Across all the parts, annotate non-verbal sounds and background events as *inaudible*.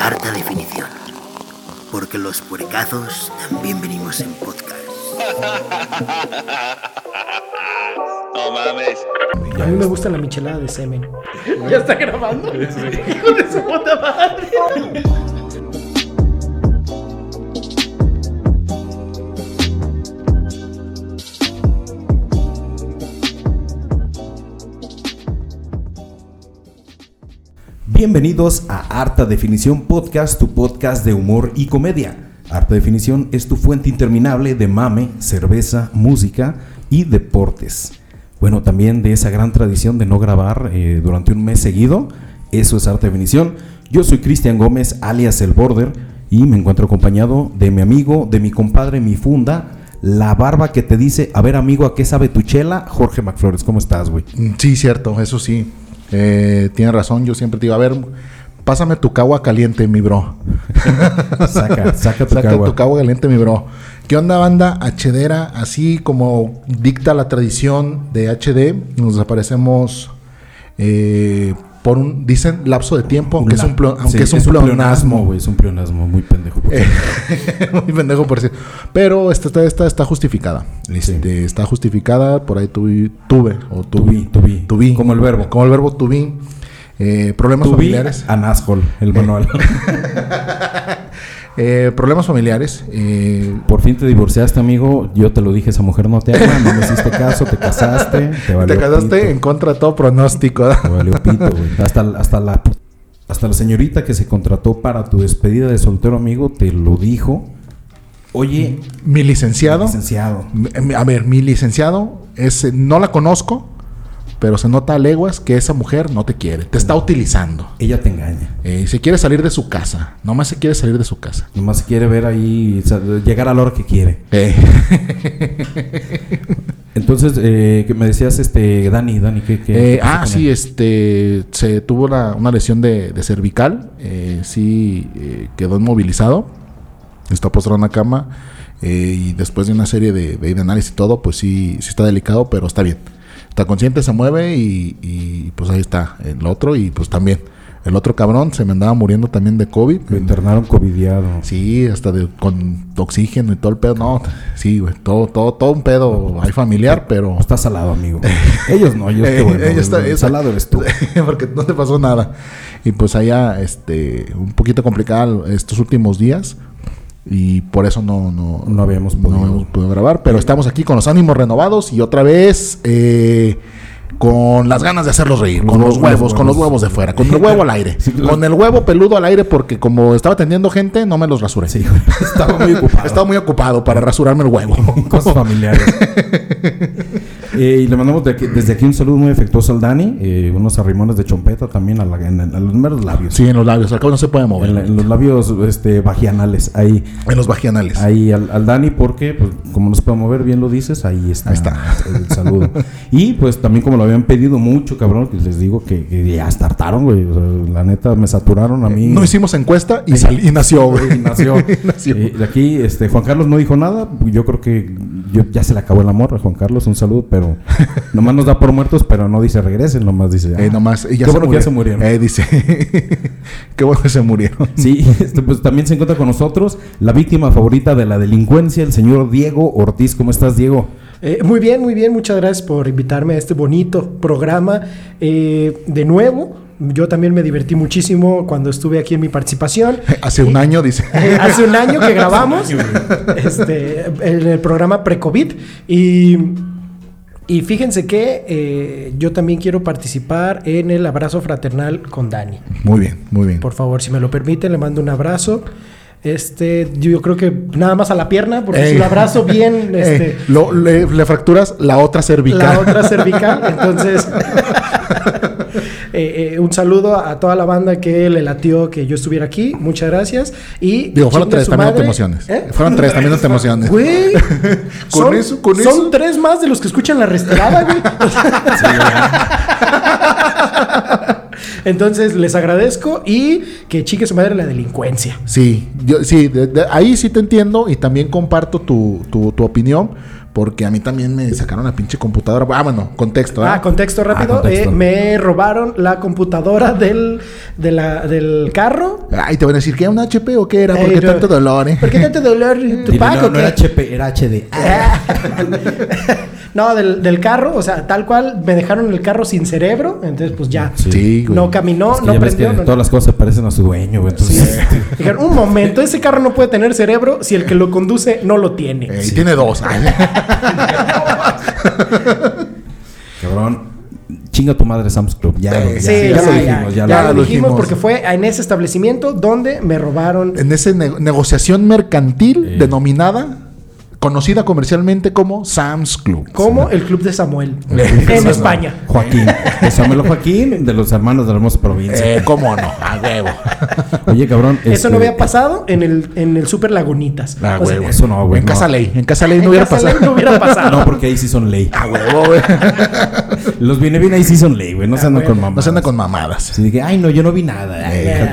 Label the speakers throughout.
Speaker 1: Harta definición. Porque los puercazos también venimos en podcast.
Speaker 2: No mames.
Speaker 3: A mí me gusta la michelada de semen.
Speaker 4: ¿Ya está grabando? Hijo de su puta madre.
Speaker 5: Bienvenidos a Harta Definición Podcast, tu podcast de humor y comedia. Harta Definición es tu fuente interminable de mame, cerveza, música y deportes. Bueno, también de esa gran tradición de no grabar eh, durante un mes seguido. Eso es Harta Definición. Yo soy Cristian Gómez, alias El Border, y me encuentro acompañado de mi amigo, de mi compadre, mi funda, la barba que te dice, a ver amigo, ¿a qué sabe tu chela? Jorge McFlores, ¿cómo estás, güey?
Speaker 6: Mm, Sí, cierto, eso sí. Eh, tienes razón, yo siempre te iba a ver. Pásame tu cagua caliente, mi bro.
Speaker 5: Saca, *laughs*
Speaker 6: *laughs*
Speaker 5: saca tu
Speaker 6: Saca
Speaker 5: cagua.
Speaker 6: tu cagua caliente, mi bro. ¿Qué onda, banda HDera? Así como dicta la tradición de HD, nos desaparecemos eh, por un, dicen, lapso de tiempo, aunque es un, plo- aunque
Speaker 5: Sí,
Speaker 6: es un pleonasmo.
Speaker 5: güey. Es un pleonasmo muy pendejo. por
Speaker 6: Eh, *laughs* Muy pendejo por cierto. Pero esta, esta, esta está justificada. Este,
Speaker 5: Sí.
Speaker 6: Está justificada. Por ahí tuve, tuve o tuve,
Speaker 5: Tuvi, tuvi.
Speaker 6: tuvi.
Speaker 5: Como el verbo.
Speaker 6: Como el verbo tuve. Eh, problemas
Speaker 5: Tu vi
Speaker 6: familiares.
Speaker 5: a Nazgul, el manual.
Speaker 6: Eh, problemas familiares. eh,
Speaker 5: *laughs* Por fin te divorciaste, amigo. Yo te lo dije, esa mujer no te ama, no me hiciste caso, te casaste, te valió
Speaker 6: te casaste
Speaker 5: pito.
Speaker 6: en contra de todo pronóstico.
Speaker 5: Te valió pito, güey. Hasta, hasta la hasta la señorita que se contrató para tu despedida de soltero, amigo, te lo dijo. Oye,
Speaker 6: *laughs* Mi licenciado.
Speaker 5: licenciado.
Speaker 6: mi- A ver, mi licenciado es, eh, no la conozco, pero se nota a leguas que esa mujer no te quiere. Te está utilizando.
Speaker 5: Ella te engaña.
Speaker 6: Eh, se quiere salir de su casa. Nomás se quiere salir de su casa.
Speaker 5: Nomás quiere ver ahí, o sea, llegar a la hora que quiere.
Speaker 6: *laughs*
Speaker 5: Entonces, eh, que me decías, este, Dani, Dani, ¿qué? qué
Speaker 6: Eh, ah, sí, este se tuvo la- una lesión de, de cervical, eh, sí eh, quedó inmovilizado, está postrado en la cama eh, y después de una serie de, de- de análisis y todo, pues sí, sí está delicado, pero está bien. Está consciente, se mueve y, y, pues ahí está el otro y pues también. El otro cabrón se me andaba muriendo también de COVID.
Speaker 5: Lo internaron covidiado.
Speaker 6: Sí, hasta de, con oxígeno y todo el pedo. No, sí, güey, todo, todo, todo un pedo. Hay familiar, pero...
Speaker 5: Está salado,
Speaker 6: *laughs*
Speaker 5: amigo. Ellos no, ellos qué
Speaker 6: Eh,
Speaker 5: bueno.
Speaker 6: ella está-
Speaker 5: el
Speaker 6: esa-
Speaker 5: salado eres
Speaker 6: *laughs*
Speaker 5: tú.
Speaker 6: porque no te pasó nada. Y pues allá, este, un poquito complicada estos últimos días. Y por eso no, no,
Speaker 5: No habíamos podido.
Speaker 6: habíamos podido grabar. Pero estamos aquí con los ánimos renovados y otra vez eh, con las ganas de hacerlos reír.
Speaker 5: Los
Speaker 6: con los
Speaker 5: hue-
Speaker 6: huevos,
Speaker 5: los
Speaker 6: con los
Speaker 5: huevos.
Speaker 6: huevos de fuera.
Speaker 5: *laughs*
Speaker 6: Con el huevo al aire.
Speaker 5: Sí, claro.
Speaker 6: Con el huevo peludo al aire porque como estaba atendiendo gente, no me los rasuré.
Speaker 5: Sí,
Speaker 6: *laughs*
Speaker 5: estaba muy ocupado.
Speaker 6: Estaba muy ocupado para rasurarme el
Speaker 5: *laughs*
Speaker 6: huevo.
Speaker 5: cosas
Speaker 6: *laughs*
Speaker 5: familiares. Eh, y le mandamos de aquí- desde aquí un saludo muy afectuoso al Dani. eh, unos arrimones de chompeta también a, la- en- en- a los meros labios.
Speaker 6: sí, en los labios. Al cabo no se puede mover.
Speaker 5: En, la- en los labios este, vaginales. Ahí,
Speaker 6: En los vaginales.
Speaker 5: ahí al, al Dani, porque pues, como nos puede mover, bien lo dices, ahí está,
Speaker 6: Ahí está.
Speaker 5: el saludo. y pues también, como lo habían pedido mucho, cabrón, que les digo que, que ya startaron, güey. o sea, la neta, me saturaron a mí.
Speaker 6: No hicimos encuesta y, sal- y nació, güey.
Speaker 5: *laughs* Y
Speaker 6: *laughs*
Speaker 5: nació.
Speaker 6: Nació.
Speaker 5: Eh, de aquí, este, Juan Carlos no dijo nada. Yo creo que yo- ya se le acabó el amor a Juan Carlos. Un saludo,
Speaker 6: *laughs*
Speaker 5: pero nomás nos da por muertos, pero no dice regresen, nomás dice.
Speaker 6: Eh,
Speaker 5: ah.
Speaker 6: nomás, eh, ya
Speaker 5: Qué
Speaker 6: se
Speaker 5: bueno que ya se murieron.
Speaker 6: Eh, dice, *laughs* qué bueno que se murieron. *laughs*
Speaker 5: Sí, *laughs* este, pues también se encuentra con nosotros la víctima favorita de la delincuencia, el señor Diego Ortiz. ¿Cómo estás, Diego?
Speaker 3: Eh, muy bien, muy bien. Muchas gracias por invitarme a este bonito programa. Eh, de nuevo, yo también me divertí muchísimo cuando estuve aquí en mi participación.
Speaker 6: Hace un año, dice. *laughs*
Speaker 3: Eh, hace un año que grabamos este, en el programa pre-COVID y, y fíjense que eh, yo también quiero participar en el abrazo fraternal con Dani.
Speaker 6: Muy bien, muy bien.
Speaker 3: Por favor, si me lo permiten, le mando un abrazo. Este, yo creo que nada más a la pierna, porque
Speaker 6: Eh.
Speaker 3: si lo abrazo bien,
Speaker 6: *laughs* Eh,
Speaker 3: este,
Speaker 6: lo- le, le fracturas la otra cervical.
Speaker 3: la otra cervical. Entonces, eh, eh, un saludo a toda la banda que le latió que yo estuviera aquí. Muchas gracias. Y
Speaker 6: *laughs* Digo, fueron
Speaker 3: chingue
Speaker 6: tres,
Speaker 3: su
Speaker 6: también no te
Speaker 3: madre.
Speaker 6: emociones.
Speaker 3: ¿Eh?
Speaker 6: Fueron tres, también
Speaker 3: *laughs*
Speaker 6: no te emociones.
Speaker 3: Güey,
Speaker 6: *laughs* Con
Speaker 3: son,
Speaker 6: eso- con
Speaker 3: son
Speaker 6: eso-
Speaker 3: tres más de los que escuchan la retirada, güey. *laughs* Entonces, les agradezco y que chique su madre la delincuencia.
Speaker 6: Sí, yo, sí, de- de- ahí sí te entiendo y también comparto tu, tu- tu opinión, Porque a mí también me sacaron la pinche computadora. Ah, bueno, contexto. ¿ah?
Speaker 3: Ah, contexto rápido.
Speaker 5: Ah, contexto.
Speaker 3: eh, me robaron la computadora del, de la- del carro.
Speaker 6: Ay, te van a decir que era un HP o qué era, porque
Speaker 3: Eh, yo-
Speaker 6: tanto dolor, eh?
Speaker 3: ¿Por qué tanto dolor? ¿Tu
Speaker 5: Dile,
Speaker 3: paco
Speaker 5: no,
Speaker 3: o
Speaker 5: no era
Speaker 3: qué?
Speaker 5: HP, era HD.
Speaker 3: *laughs* no, del, del carro, o sea, tal cual me dejaron el carro sin cerebro, entonces pues ya.
Speaker 6: Sí, güey.
Speaker 3: No caminó,
Speaker 5: Es que
Speaker 3: Oh, no
Speaker 5: ya ves que
Speaker 3: prendió. no-
Speaker 5: todas las cosas se parecen a su dueño, güey. Entonces,
Speaker 3: Dijeron, un momento, ese carro no puede tener cerebro si el que lo conduce no lo tiene.
Speaker 6: *laughs* Eh, y tiene dos.
Speaker 5: cabrón, chinga tu madre Sam's Club. Ya, lo- ya,
Speaker 3: Sí,
Speaker 5: ya
Speaker 3: ya,
Speaker 5: lo
Speaker 3: ya,
Speaker 5: dijimos, ya,
Speaker 3: ya
Speaker 5: lo,
Speaker 3: lo
Speaker 6: lo
Speaker 3: dijimos
Speaker 6: dijimos.
Speaker 3: porque fue en ese establecimiento donde me robaron.
Speaker 6: en esa negociación mercantil denominada, conocida comercialmente como Sam's Club.
Speaker 3: Como el club de Samuel en España.
Speaker 5: Ah, Joaquín. De Samuel Joaquín, de los hermanos de la hermosa provincia.
Speaker 6: Eh, ¿Cómo no? A
Speaker 5: *laughs*
Speaker 6: huevo.
Speaker 5: Oye, cabrón.
Speaker 3: Eso no
Speaker 5: este,
Speaker 3: había pasado en el, en el Super Lagunitas.
Speaker 6: A
Speaker 3: O sea,
Speaker 6: huevo.
Speaker 5: eso no, güey,
Speaker 6: En
Speaker 5: no.
Speaker 6: Casa Ley. En Casa Ley
Speaker 3: en
Speaker 6: no hubiera
Speaker 3: Casa Ley
Speaker 6: pasado.
Speaker 3: no hubiera pasado.
Speaker 5: No, porque ahí sí son ley.
Speaker 6: A huevo, güey. Ah,
Speaker 5: Los viene bien ahí sí son ley, güey. No se andan con mamadas.
Speaker 6: *laughs* No se anda con mamadas.
Speaker 5: Sí, dije, ay, no, yo no vi nada.
Speaker 6: Eh,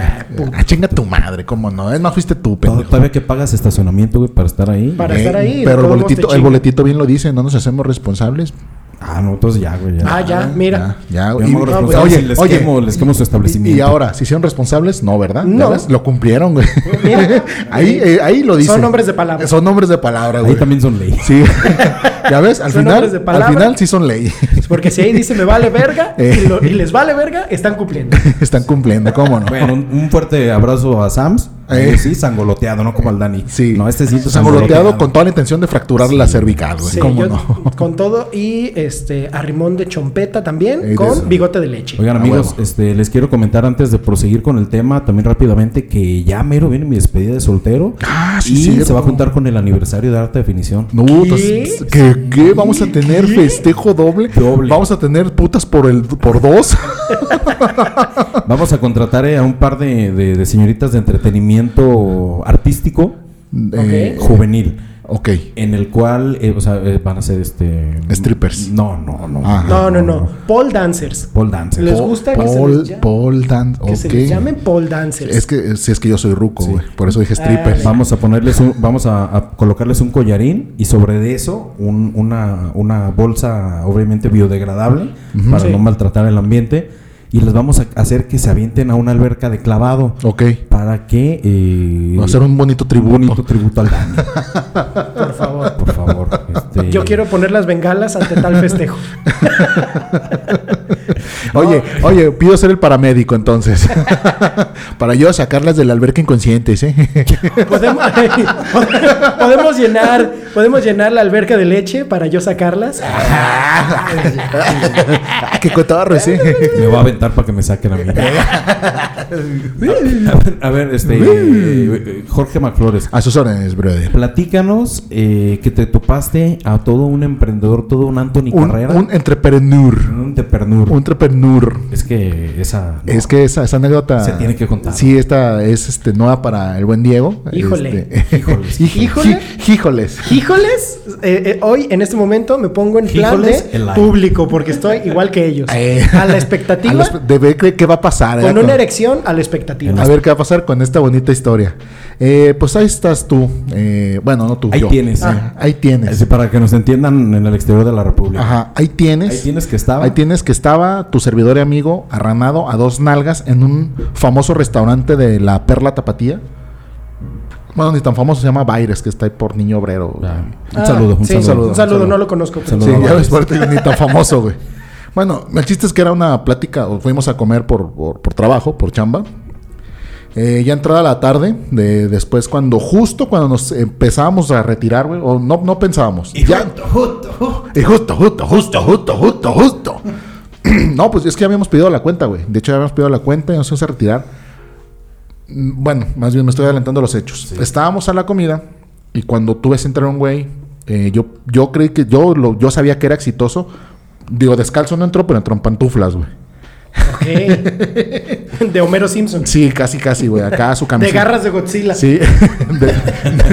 Speaker 6: ah, chinga tu madre, ¿cómo no? Es más, fuiste tú,
Speaker 5: Tod-
Speaker 6: pendejo.
Speaker 5: Todavía que pagas estacionamiento, güey, para estar ahí.
Speaker 3: Para
Speaker 6: Eh,
Speaker 3: estar ahí. de
Speaker 6: Pero
Speaker 3: todos
Speaker 6: el
Speaker 3: modos te
Speaker 6: boletito, el
Speaker 3: chingan.
Speaker 6: boletito bien lo dice, no nos hacemos responsables.
Speaker 5: Ah, nosotros ya, güey. Ya.
Speaker 3: Ah, ya, mira.
Speaker 6: Ya, ya,
Speaker 5: Ya
Speaker 6: güey.
Speaker 5: me
Speaker 6: Y-
Speaker 5: hago
Speaker 6: no,
Speaker 5: responsable
Speaker 6: oye,
Speaker 5: si les
Speaker 6: oye.
Speaker 5: quemo- les quemo su establecimiento.
Speaker 6: Y ahora, ¿se hicieron responsables? No, ¿verdad?
Speaker 3: No.
Speaker 6: ¿Ya ves? Lo cumplieron, güey.
Speaker 3: Mira.
Speaker 6: *laughs* ahí, eh, ahí lo dice.
Speaker 3: Son hombres de palabra.
Speaker 6: Son hombres de palabra,
Speaker 5: Ahí
Speaker 6: güey.
Speaker 5: también son ley.
Speaker 6: Sí. *laughs* ya ves, al
Speaker 3: Son
Speaker 6: final,
Speaker 3: hombres de
Speaker 6: al
Speaker 3: palabra.
Speaker 6: final sí son ley. *laughs*
Speaker 3: pues Porque si ahí dice me vale verga
Speaker 6: Eh.
Speaker 3: y, lo- y les vale verga, están cumpliendo.
Speaker 6: Están cumpliendo, ¿cómo
Speaker 5: *laughs*
Speaker 6: no?
Speaker 5: Bueno, un, un fuerte abrazo a Sams.
Speaker 6: Eh.
Speaker 5: Sí, sangoloteado, no como al Dani.
Speaker 6: Sí.
Speaker 5: No, este sí
Speaker 6: se han goloteado con toda la intención de fracturar la cervical, güey.
Speaker 3: Sí,
Speaker 6: Pues, ¿Cómo
Speaker 3: yo- *laughs*
Speaker 6: no? *laughs*
Speaker 3: Con todo y este a Rimón de Chompeta también
Speaker 6: Eh, de
Speaker 3: con
Speaker 6: eso.
Speaker 3: bigote de leche.
Speaker 5: Oigan
Speaker 6: A
Speaker 5: amigos,
Speaker 6: huevo.
Speaker 5: este, les quiero comentar antes de proseguir con el tema también rápidamente que ya mero viene mi despedida de soltero
Speaker 6: Ah, sí,
Speaker 5: y
Speaker 6: cierto.
Speaker 5: se va a juntar con el aniversario de Arte
Speaker 6: *laughs*
Speaker 5: Definición.
Speaker 6: No,
Speaker 3: ¿Qué?
Speaker 6: entonces, ¿qué, qué? vamos a tener festejo doble?
Speaker 5: Doble.
Speaker 6: Vamos a tener putas por el por dos. *laughs*
Speaker 5: Vamos a contratar eh, a un par de, de- de señoritas de entretenimiento artístico
Speaker 6: Eh,
Speaker 5: juvenil.
Speaker 6: ok.
Speaker 5: En el cual, eh, o sea, eh, van a ser este...
Speaker 6: Strippers.
Speaker 5: No, no, no.
Speaker 6: Ah.
Speaker 3: No, no, no. Pole dancers.
Speaker 5: Paul Dance.
Speaker 3: Les
Speaker 6: Po-
Speaker 3: gusta que se
Speaker 6: Paul,
Speaker 3: les llame-
Speaker 6: Paul Dan-
Speaker 3: Que se
Speaker 6: ok.
Speaker 3: les llamen pole dancers.
Speaker 6: Es que si es que yo soy ruco, güey. Por eso dije strippers.
Speaker 5: Pues Vamos a ponerles un, vamos a, a colocarles un collarín y sobre de eso un- una, una bolsa obviamente biodegradable para
Speaker 3: Sí.
Speaker 5: no maltratar el ambiente y les vamos a hacer que se avienten a una alberca de clavado
Speaker 6: ok.
Speaker 5: para que eh,
Speaker 6: Hacer un bonito
Speaker 5: un
Speaker 6: tributo.
Speaker 5: bonito tributo al Dani,
Speaker 3: Por
Speaker 6: *laughs*
Speaker 3: favor.
Speaker 5: por favor. Este,
Speaker 3: Yo quiero poner las bengalas ante tal festejo.
Speaker 6: *laughs* Oye, oye, pido ser el paramédico entonces. *laughs* Para yo sacarlas del alberca inconscientes, ¿eh?
Speaker 3: Podemos, *laughs* podemos llenar, podemos llenar la alberca de leche para yo sacarlas.
Speaker 6: Ah, *laughs* ¡Qué cotorro,
Speaker 5: *laughs*
Speaker 6: ¿eh?
Speaker 5: me voy a aventar para que me saquen a
Speaker 3: *laughs*
Speaker 5: mí. a, ver, a ver, este eh, Jorge Macflores.
Speaker 6: A sus órdenes, brother.
Speaker 5: Platícanos eh, que te topaste a todo un emprendedor, todo un Anthony
Speaker 6: Un,
Speaker 5: Carrera.
Speaker 6: un entrepreneur.
Speaker 5: Un tepernur.
Speaker 6: Un entrepreneur.
Speaker 5: Es que esa. no.
Speaker 6: Es que esa, esa anécdota.
Speaker 5: Se tiene que contar.
Speaker 6: Sí, esta es este, nueva para el buen Diego.
Speaker 3: Híjole.
Speaker 6: Este, *laughs*
Speaker 5: Híjoles.
Speaker 6: Hij-
Speaker 3: Híjole.
Speaker 6: hij- híjoles.
Speaker 3: Híjoles, eh, eh, hoy en este momento me pongo en plan de
Speaker 5: Híjoles, el aire.
Speaker 3: público porque estoy igual que ellos.
Speaker 6: Eh.
Speaker 3: A la
Speaker 6: *laughs* A la
Speaker 3: expectativa,
Speaker 6: espe- de ver qué, qué va a pasar. ¿eh?
Speaker 3: con una erección a la expectativa.
Speaker 6: A ver qué va a pasar con esta bonita historia. Eh, pues ahí estás tú. Eh, bueno, no tú.
Speaker 5: Ahí
Speaker 6: yo.
Speaker 5: tienes.
Speaker 6: Ah, ahí tienes.
Speaker 5: Así para que nos entiendan en el exterior de la República.
Speaker 6: Ajá, ahí tienes.
Speaker 5: Ahí tienes que estaba.
Speaker 6: Ahí tienes que estaba tu servidor y amigo arranado a dos nalgas en un famoso restaurante de la Perla Tapatía. Bueno, ni tan famoso se llama Baires, que está ahí por Niño Obrero.
Speaker 5: Ah, Un
Speaker 3: Ah,
Speaker 5: saludo, un
Speaker 3: sí,
Speaker 5: saludo.
Speaker 3: Un saludo, no lo conozco. pero-
Speaker 5: Saludo.
Speaker 6: Sí,
Speaker 5: No,
Speaker 6: ya ves,
Speaker 5: Baires.
Speaker 6: por eso ni tan famoso, güey. Bueno, el chiste es que era una plática, o fuimos a comer por, por- por trabajo, por chamba. Eh, ya entrada la tarde, de, después cuando, justo cuando nos empezábamos a retirar, güey, o no, no pensábamos. ya, y justo, justo, justo, justo, justo, justo. *clears throat* no, pues es que ya habíamos pedido la cuenta, güey. De hecho, ya habíamos pedido la cuenta y nos íbamos a retirar. Mm, Bueno, más bien me estoy adelantando los hechos. Estábamos a la comida y cuando tú ves entrar un güey, eh, yo, yo creí que yo, lo, yo sabía que era exitoso. Digo, descalzo no entró, pero entró en pantuflas, güey.
Speaker 3: Ok. *laughs* De Homero Simpson.
Speaker 6: Sí, casi, casi, güey. Acá
Speaker 3: *laughs*
Speaker 6: su
Speaker 3: De
Speaker 6: camiseta.
Speaker 3: garras de Godzilla.
Speaker 6: Sí, *laughs* de,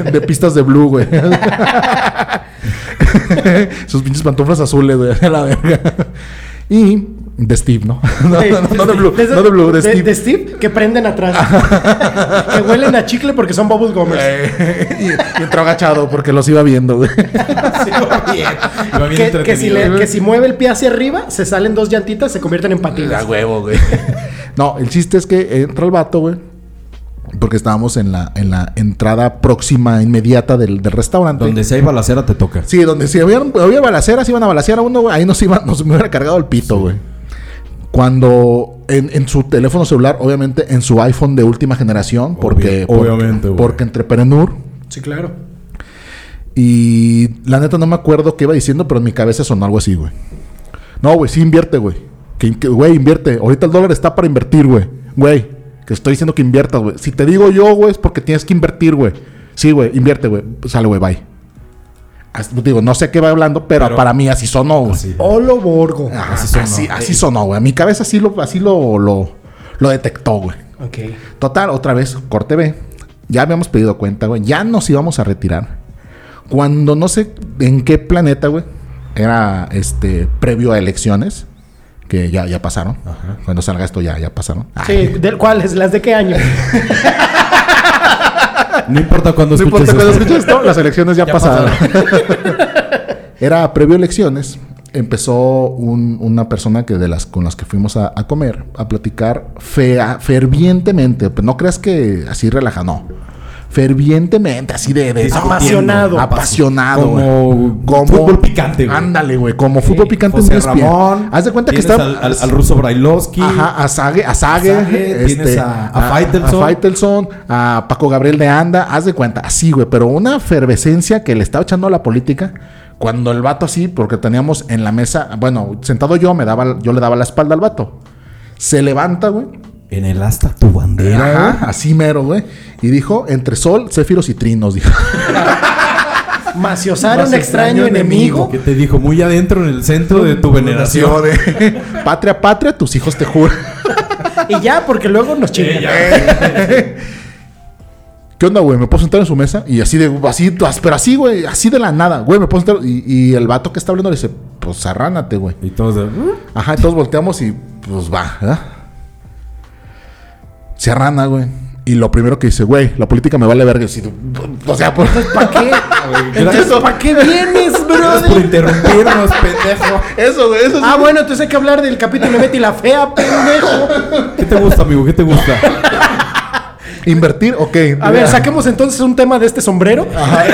Speaker 6: de- de pistas de blue, güey. *laughs* Sus pinches pantuflas azules, güey, a la verga. Y De Steve, ¿no? *laughs* No, no, no, no de Blue, no de Blue, de Steve.
Speaker 3: de Steve, que prenden atrás. que huelen a chicle porque son bubble gummers. *laughs*
Speaker 6: Eh, *laughs* y, y entró agachado porque los iba viendo, güey.
Speaker 5: Iba bien
Speaker 3: Que, que si
Speaker 5: entretenido.
Speaker 3: le- que si mueve el pie hacia arriba, se salen dos llantitas, se convierten en
Speaker 6: A
Speaker 3: patines.
Speaker 6: huevo, güey. No, el chiste es que entra el vato, güey. Porque estábamos en la, en la entrada próxima, inmediata del, del restaurante.
Speaker 5: Donde sea hay balacera te toca.
Speaker 6: Sí, donde si había, había balaceras, iban a balacear a uno, güey. Ahí nos, iban, nos me hubiera cargado el pito, güey. Cuando en, en su teléfono celular, obviamente en su iPhone de última generación, porque,
Speaker 5: Obvio- obviamente,
Speaker 6: porque,
Speaker 5: güey.
Speaker 6: porque entrepreneur.
Speaker 3: Sí, claro.
Speaker 6: Y la neta no me acuerdo qué iba diciendo, pero en mi cabeza sonó algo así, güey. No, güey, sí invierte, güey. Que, que, güey, invierte. Ahorita el dólar está para invertir, güey. Güey, que estoy diciendo que inviertas, güey. Si te digo yo, güey, es porque tienes que invertir, güey. Sí, güey, invierte, güey. Sale, güey, bye. As- pues, Digo, no sé qué va hablando, pero,
Speaker 5: Pero-
Speaker 6: para mí así sonó, güey.
Speaker 5: Así.
Speaker 3: Olo Borgo.
Speaker 6: Ah, así sonó. Así, sonó, güey. A mi cabeza así lo, así lo, lo, lo detectó, güey.
Speaker 3: Ok.
Speaker 6: Total, otra vez, corte B. Ya habíamos pedido cuenta, güey. Ya nos íbamos a retirar. Cuando no sé en qué planeta, güey. Era este previo a elecciones. Que ya, ya pasaron. Cuando salga esto ya, ya pasaron.
Speaker 3: Sí,
Speaker 6: Ay,
Speaker 3: ¿del cuál es? ¿Las de qué año?
Speaker 5: No importa cuándo
Speaker 6: No
Speaker 5: escuches
Speaker 6: importa cuando
Speaker 5: esto.
Speaker 6: escuches esto, las elecciones ya,
Speaker 5: Ya
Speaker 6: pasaron. *laughs* Era previo a elecciones. Empezó un- una persona que de las con las que fuimos a, a comer a platicar fea, fervientemente. Pero no creas que así relaja, no. Fervientemente, así de, de-
Speaker 3: Apasionado.
Speaker 6: apasionado,
Speaker 5: Como
Speaker 6: güey.
Speaker 5: fútbol picante, güey.
Speaker 6: Ándale, güey, como fútbol picante en
Speaker 5: José
Speaker 6: ESPN.
Speaker 5: Ramón.
Speaker 6: Haz de cuenta que
Speaker 5: tienes
Speaker 6: está
Speaker 5: Al, al- al ruso Brailovsky.
Speaker 6: Ajá, a Sage, a Sage, este,
Speaker 5: Sage, tienes a- a Faitelson.
Speaker 6: a, Faitelson, a Paco Gabriel de Anda, haz de cuenta, así, güey, pero una efervescencia que le estaba echando a la política cuando el vato así, porque teníamos en la mesa, bueno, sentado yo, me daba, yo le daba la espalda al vato. Se levanta, güey.
Speaker 5: En el asta tu bandera.
Speaker 6: Ajá, así mero, güey. Y dijo, entre sol, céfiros y trinos, dijo.
Speaker 3: Maciosar un
Speaker 5: Más
Speaker 3: extraño enemigo.
Speaker 5: Que te dijo muy adentro en el centro de tu veneración.
Speaker 6: *laughs* patria, patria, tus hijos te juran.
Speaker 3: Y ya, porque luego nos chingan.
Speaker 6: ¿Qué onda, güey? ¿Me puedo sentar en su mesa? Y así de, así, pero así, güey, así de la nada, güey, me puedo sentar. Y, y el vato que está hablando le dice, pues arránate, güey.
Speaker 5: Y todos de, "Mm".
Speaker 6: Ajá, y todos volteamos y pues va, ¿verdad? Se arrana, güey. Y lo primero que dice, güey, la política me vale verga. Y así de, o sea, pues,
Speaker 3: ¿Para qué? Entonces, ¿para qué vienes,
Speaker 5: Gracias por
Speaker 3: brother?
Speaker 5: interrumpirnos, pendejo.
Speaker 6: eso, güey, eso es-
Speaker 3: Ah, bueno, entonces hay que hablar del capítulo de Betty la Fea, pendejo.
Speaker 5: ¿Qué te gusta, amigo? ¿Qué te gusta?
Speaker 6: *laughs* Invertir, ok.
Speaker 3: A ver, saquemos entonces un tema de este sombrero.
Speaker 6: Ajá, eh,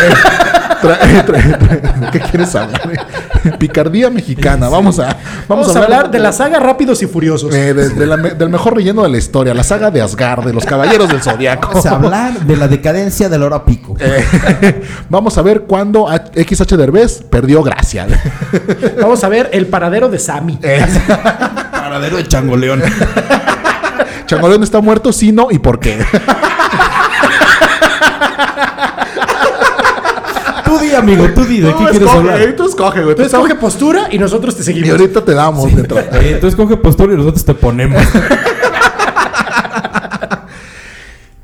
Speaker 6: tra- eh, tra- tra- ¿Qué quieres hablar? güey? Picardía mexicana. Vamos a,
Speaker 3: Vamos, a hablar de la saga Rápidos y Furiosos.
Speaker 6: Eh, de- de la me- del mejor relleno de la historia, la saga de Asgard, de los Caballeros del Zodiaco.
Speaker 5: Vamos a hablar de la decadencia de la hora pico.
Speaker 6: *laughs* Eh, vamos a ver cuándo H- XH Derbez perdió gracia. *laughs*
Speaker 3: Vamos a ver el paradero de Sammy.
Speaker 5: Paradero de changoleón.
Speaker 6: Changoleón está muerto, sí, no, y por qué.
Speaker 5: Tú di, amigo, tú di, ¿de qué quieres hablar?
Speaker 6: Tú escoge, güey.
Speaker 3: Tú escoge postura y nosotros te
Speaker 6: Y
Speaker 3: seguimos.
Speaker 6: ahorita te damos. dentro.
Speaker 5: Eh, tú escoge postura y nosotros te ponemos.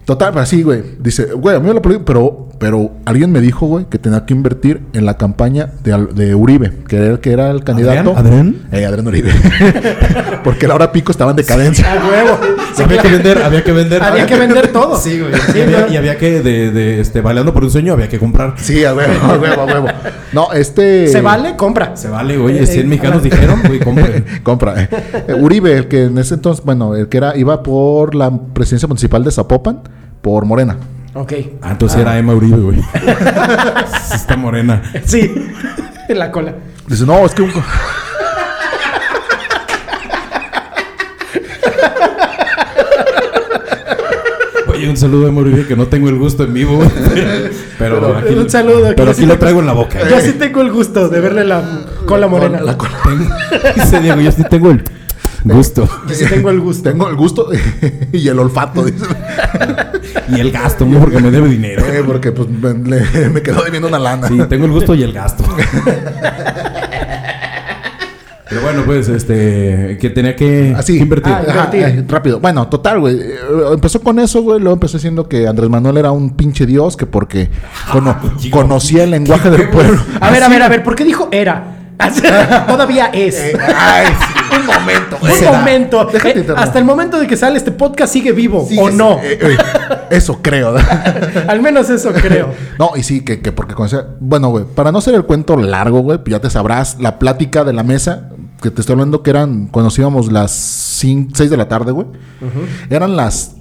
Speaker 6: Total, pero así, güey. Dice, güey, a mí me lo prohíben, pero, pero alguien me dijo, güey, que tenía que invertir en la campaña de, Al- de Uribe, que era, el- que era el candidato.
Speaker 5: ¿Adrián?
Speaker 6: Eh, Adrián Uribe. *laughs* Porque la hora pico estaba en decadencia.
Speaker 3: A huevo. Sí,
Speaker 5: había
Speaker 3: claro.
Speaker 5: que vender, había que vender.
Speaker 3: Había que vender todo.
Speaker 5: Sí, güey. Y había, y había que, de, de, este, bailando por un sueño, había que comprar.
Speaker 6: Sí, a huevo, a huevo, a huevo. No, este.
Speaker 3: ¿Se vale? Compra. Eh,
Speaker 5: Se vale, oye, 100 mexicanos dijeron, güey, compre.
Speaker 6: Compra. *laughs* Eh, Uribe, el que en ese entonces, bueno, el que era, iba por la presidencia municipal de Zapopan, por Morena.
Speaker 3: Ok.
Speaker 5: Ah, entonces era Emma Uribe, güey. Sí, Está morena.
Speaker 3: Sí. *laughs* En la cola.
Speaker 6: Dice, no, es que un.
Speaker 3: *laughs*
Speaker 6: co-
Speaker 5: Oye, un saludo a Emma Uribe que no tengo el gusto en vivo, güey. Pero, aquí,
Speaker 3: un saludo. que
Speaker 5: pero
Speaker 3: yo
Speaker 5: aquí
Speaker 3: sí
Speaker 5: lo
Speaker 3: tengo-
Speaker 5: traigo en la boca. eh.
Speaker 3: Yo sí tengo el gusto de verle la cola morena.
Speaker 5: La cola. Tengo- *laughs* Dice Diego, yo sí tengo el gusto.
Speaker 3: Yo sí tengo el gusto.
Speaker 6: *laughs* Tengo el gusto y el
Speaker 3: *laughs*
Speaker 6: olfato, dice.
Speaker 5: Y el gasto, güey, porque me debe dinero.
Speaker 6: Eh, porque pues me, le- me quedó debiendo una lana.
Speaker 5: Sí, tengo el gusto y el gasto. Pero bueno, pues, este, que tenía que
Speaker 6: Así.
Speaker 5: que invertir.
Speaker 6: Ajá,
Speaker 3: invertir.
Speaker 6: eh, rápido. Bueno, total, güey. Eh, Empezó con eso, güey. Luego empezó diciendo que Andrés Manuel era un pinche dios, que porque
Speaker 3: Ah,
Speaker 6: cono-
Speaker 3: pues,
Speaker 6: conocía el lenguaje del pueblo.
Speaker 3: A ver, a ver, a ver, ¿por qué dijo era? Todavía es.
Speaker 6: *laughs* Ay, sí.
Speaker 4: Un momento.
Speaker 3: Un
Speaker 6: Eh, pues Será.
Speaker 3: momento.
Speaker 6: Déjate
Speaker 3: eh,
Speaker 6: interno.
Speaker 3: hasta el momento de que sale este podcast sigue vivo
Speaker 6: Sí,
Speaker 3: o
Speaker 6: sí,
Speaker 3: no.
Speaker 6: eh, eh, eso creo. *laughs*
Speaker 3: Al menos eso creo.
Speaker 6: No, y sí, que, que porque con esa- Bueno, güey, para no ser el cuento largo, güey, pues ya te sabrás la plática de la mesa, que te estoy hablando que eran cuando nos íbamos las 6 de la tarde, güey. Eran las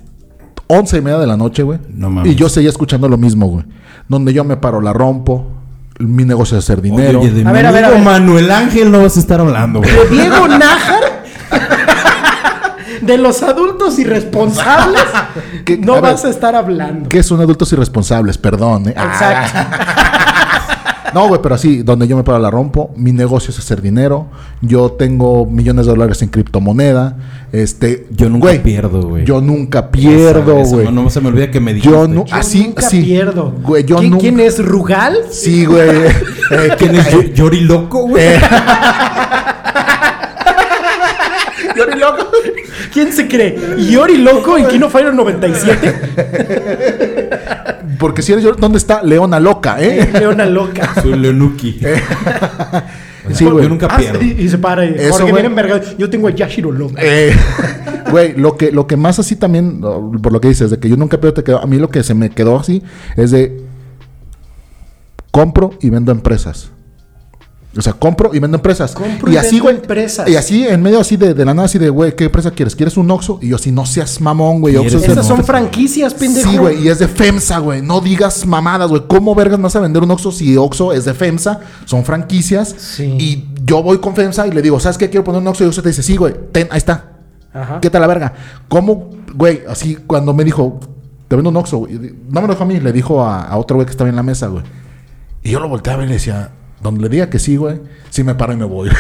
Speaker 6: once y media de la noche, güey.
Speaker 5: No mames.
Speaker 6: Y yo seguía escuchando lo mismo, güey. Donde yo me paro, la rompo, mi negocio es hacer
Speaker 5: Oye,
Speaker 6: dinero.
Speaker 5: oye, de
Speaker 3: A
Speaker 5: mi
Speaker 3: ver, a ver,
Speaker 5: amigo
Speaker 3: a ver.
Speaker 5: Manuel Ángel no vas a estar hablando, güey.
Speaker 3: ¿De Diego Nájar? ¿De los adultos irresponsables?
Speaker 6: ¿Qué-
Speaker 3: no
Speaker 6: a ver?
Speaker 3: vas a estar hablando.
Speaker 6: que son adultos irresponsables, perdón. ¿eh?
Speaker 3: Exacto.
Speaker 6: No, güey, pero así, donde yo me paro la rompo, mi negocio es hacer dinero, yo tengo millones de dólares en criptomoneda, este...
Speaker 5: Yo nunca
Speaker 6: güey,
Speaker 5: pierdo, güey.
Speaker 6: Yo nunca
Speaker 5: Esa-
Speaker 6: pierdo,
Speaker 5: esa
Speaker 6: güey.
Speaker 5: No, no se me olvida que me dijiste.
Speaker 6: yo no,
Speaker 3: Yo
Speaker 6: así,
Speaker 3: nunca
Speaker 6: así.
Speaker 3: pierdo.
Speaker 6: ah, Güey, yo
Speaker 3: ¿Quién,
Speaker 6: nunca-
Speaker 3: quién es Rugal?
Speaker 6: Sí, güey.
Speaker 3: *laughs*
Speaker 6: Eh,
Speaker 5: ¿Quién es Yo- Yori Loco, güey?
Speaker 3: ¿Quién se cree? ¿Yori Loco en Kino Fire
Speaker 6: *laughs*
Speaker 3: 97?
Speaker 6: Porque si eres yo, ¿dónde está Leona Loca, eh?
Speaker 3: Leona Loca.
Speaker 5: Soy Leonuki.
Speaker 6: Sí,
Speaker 5: yo
Speaker 6: güey.
Speaker 5: nunca
Speaker 3: Ah,
Speaker 5: pierdo.
Speaker 3: y, y se para y
Speaker 6: Eso,
Speaker 3: porque
Speaker 6: güey.
Speaker 3: viene envergado. Yo tengo a Yashiro Loca.
Speaker 6: Eh, *laughs* Güey, lo que, lo que más así también, no, por lo que dices, de que yo nunca pierdo, te quedó, a mí lo que se me quedó así es de compro y vendo empresas. O sea, compro y vendo empresas.
Speaker 3: Compro y
Speaker 6: y así,
Speaker 3: vendo
Speaker 6: güey.
Speaker 3: empresas.
Speaker 6: Y así, en medio así de, de la nada, así de, güey, ¿qué empresa quieres? ¿Quieres un Oxxo? Y yo, si no seas mamón, güey,
Speaker 5: ¿Quieres
Speaker 6: Oxxo es de-
Speaker 3: Esas son
Speaker 5: no.
Speaker 3: franquicias, pendejo.
Speaker 6: Sí, güey, y es de FEMSA, güey. No digas mamadas, güey. ¿Cómo vergas me vas a vender un Oxxo si Oxxo es de FEMSA? Son franquicias.
Speaker 3: Sí.
Speaker 6: Y yo voy con FEMSA y le digo, ¿sabes qué? Quiero poner un Oxxo. Y Oxxo te dice, sí, güey, ten, ahí está.
Speaker 3: Ajá.
Speaker 6: ¿Qué tal la verga? ¿Cómo, güey? Así, cuando me dijo, te vendo un Oxxo, güey. No me lo dijo a mí, le dijo a, a otro güey que estaba en la mesa, güey. Y yo lo volteaba y le decía, donde le diga que sí, güey, sí me paro y me
Speaker 3: *laughs*
Speaker 6: voy. *laughs*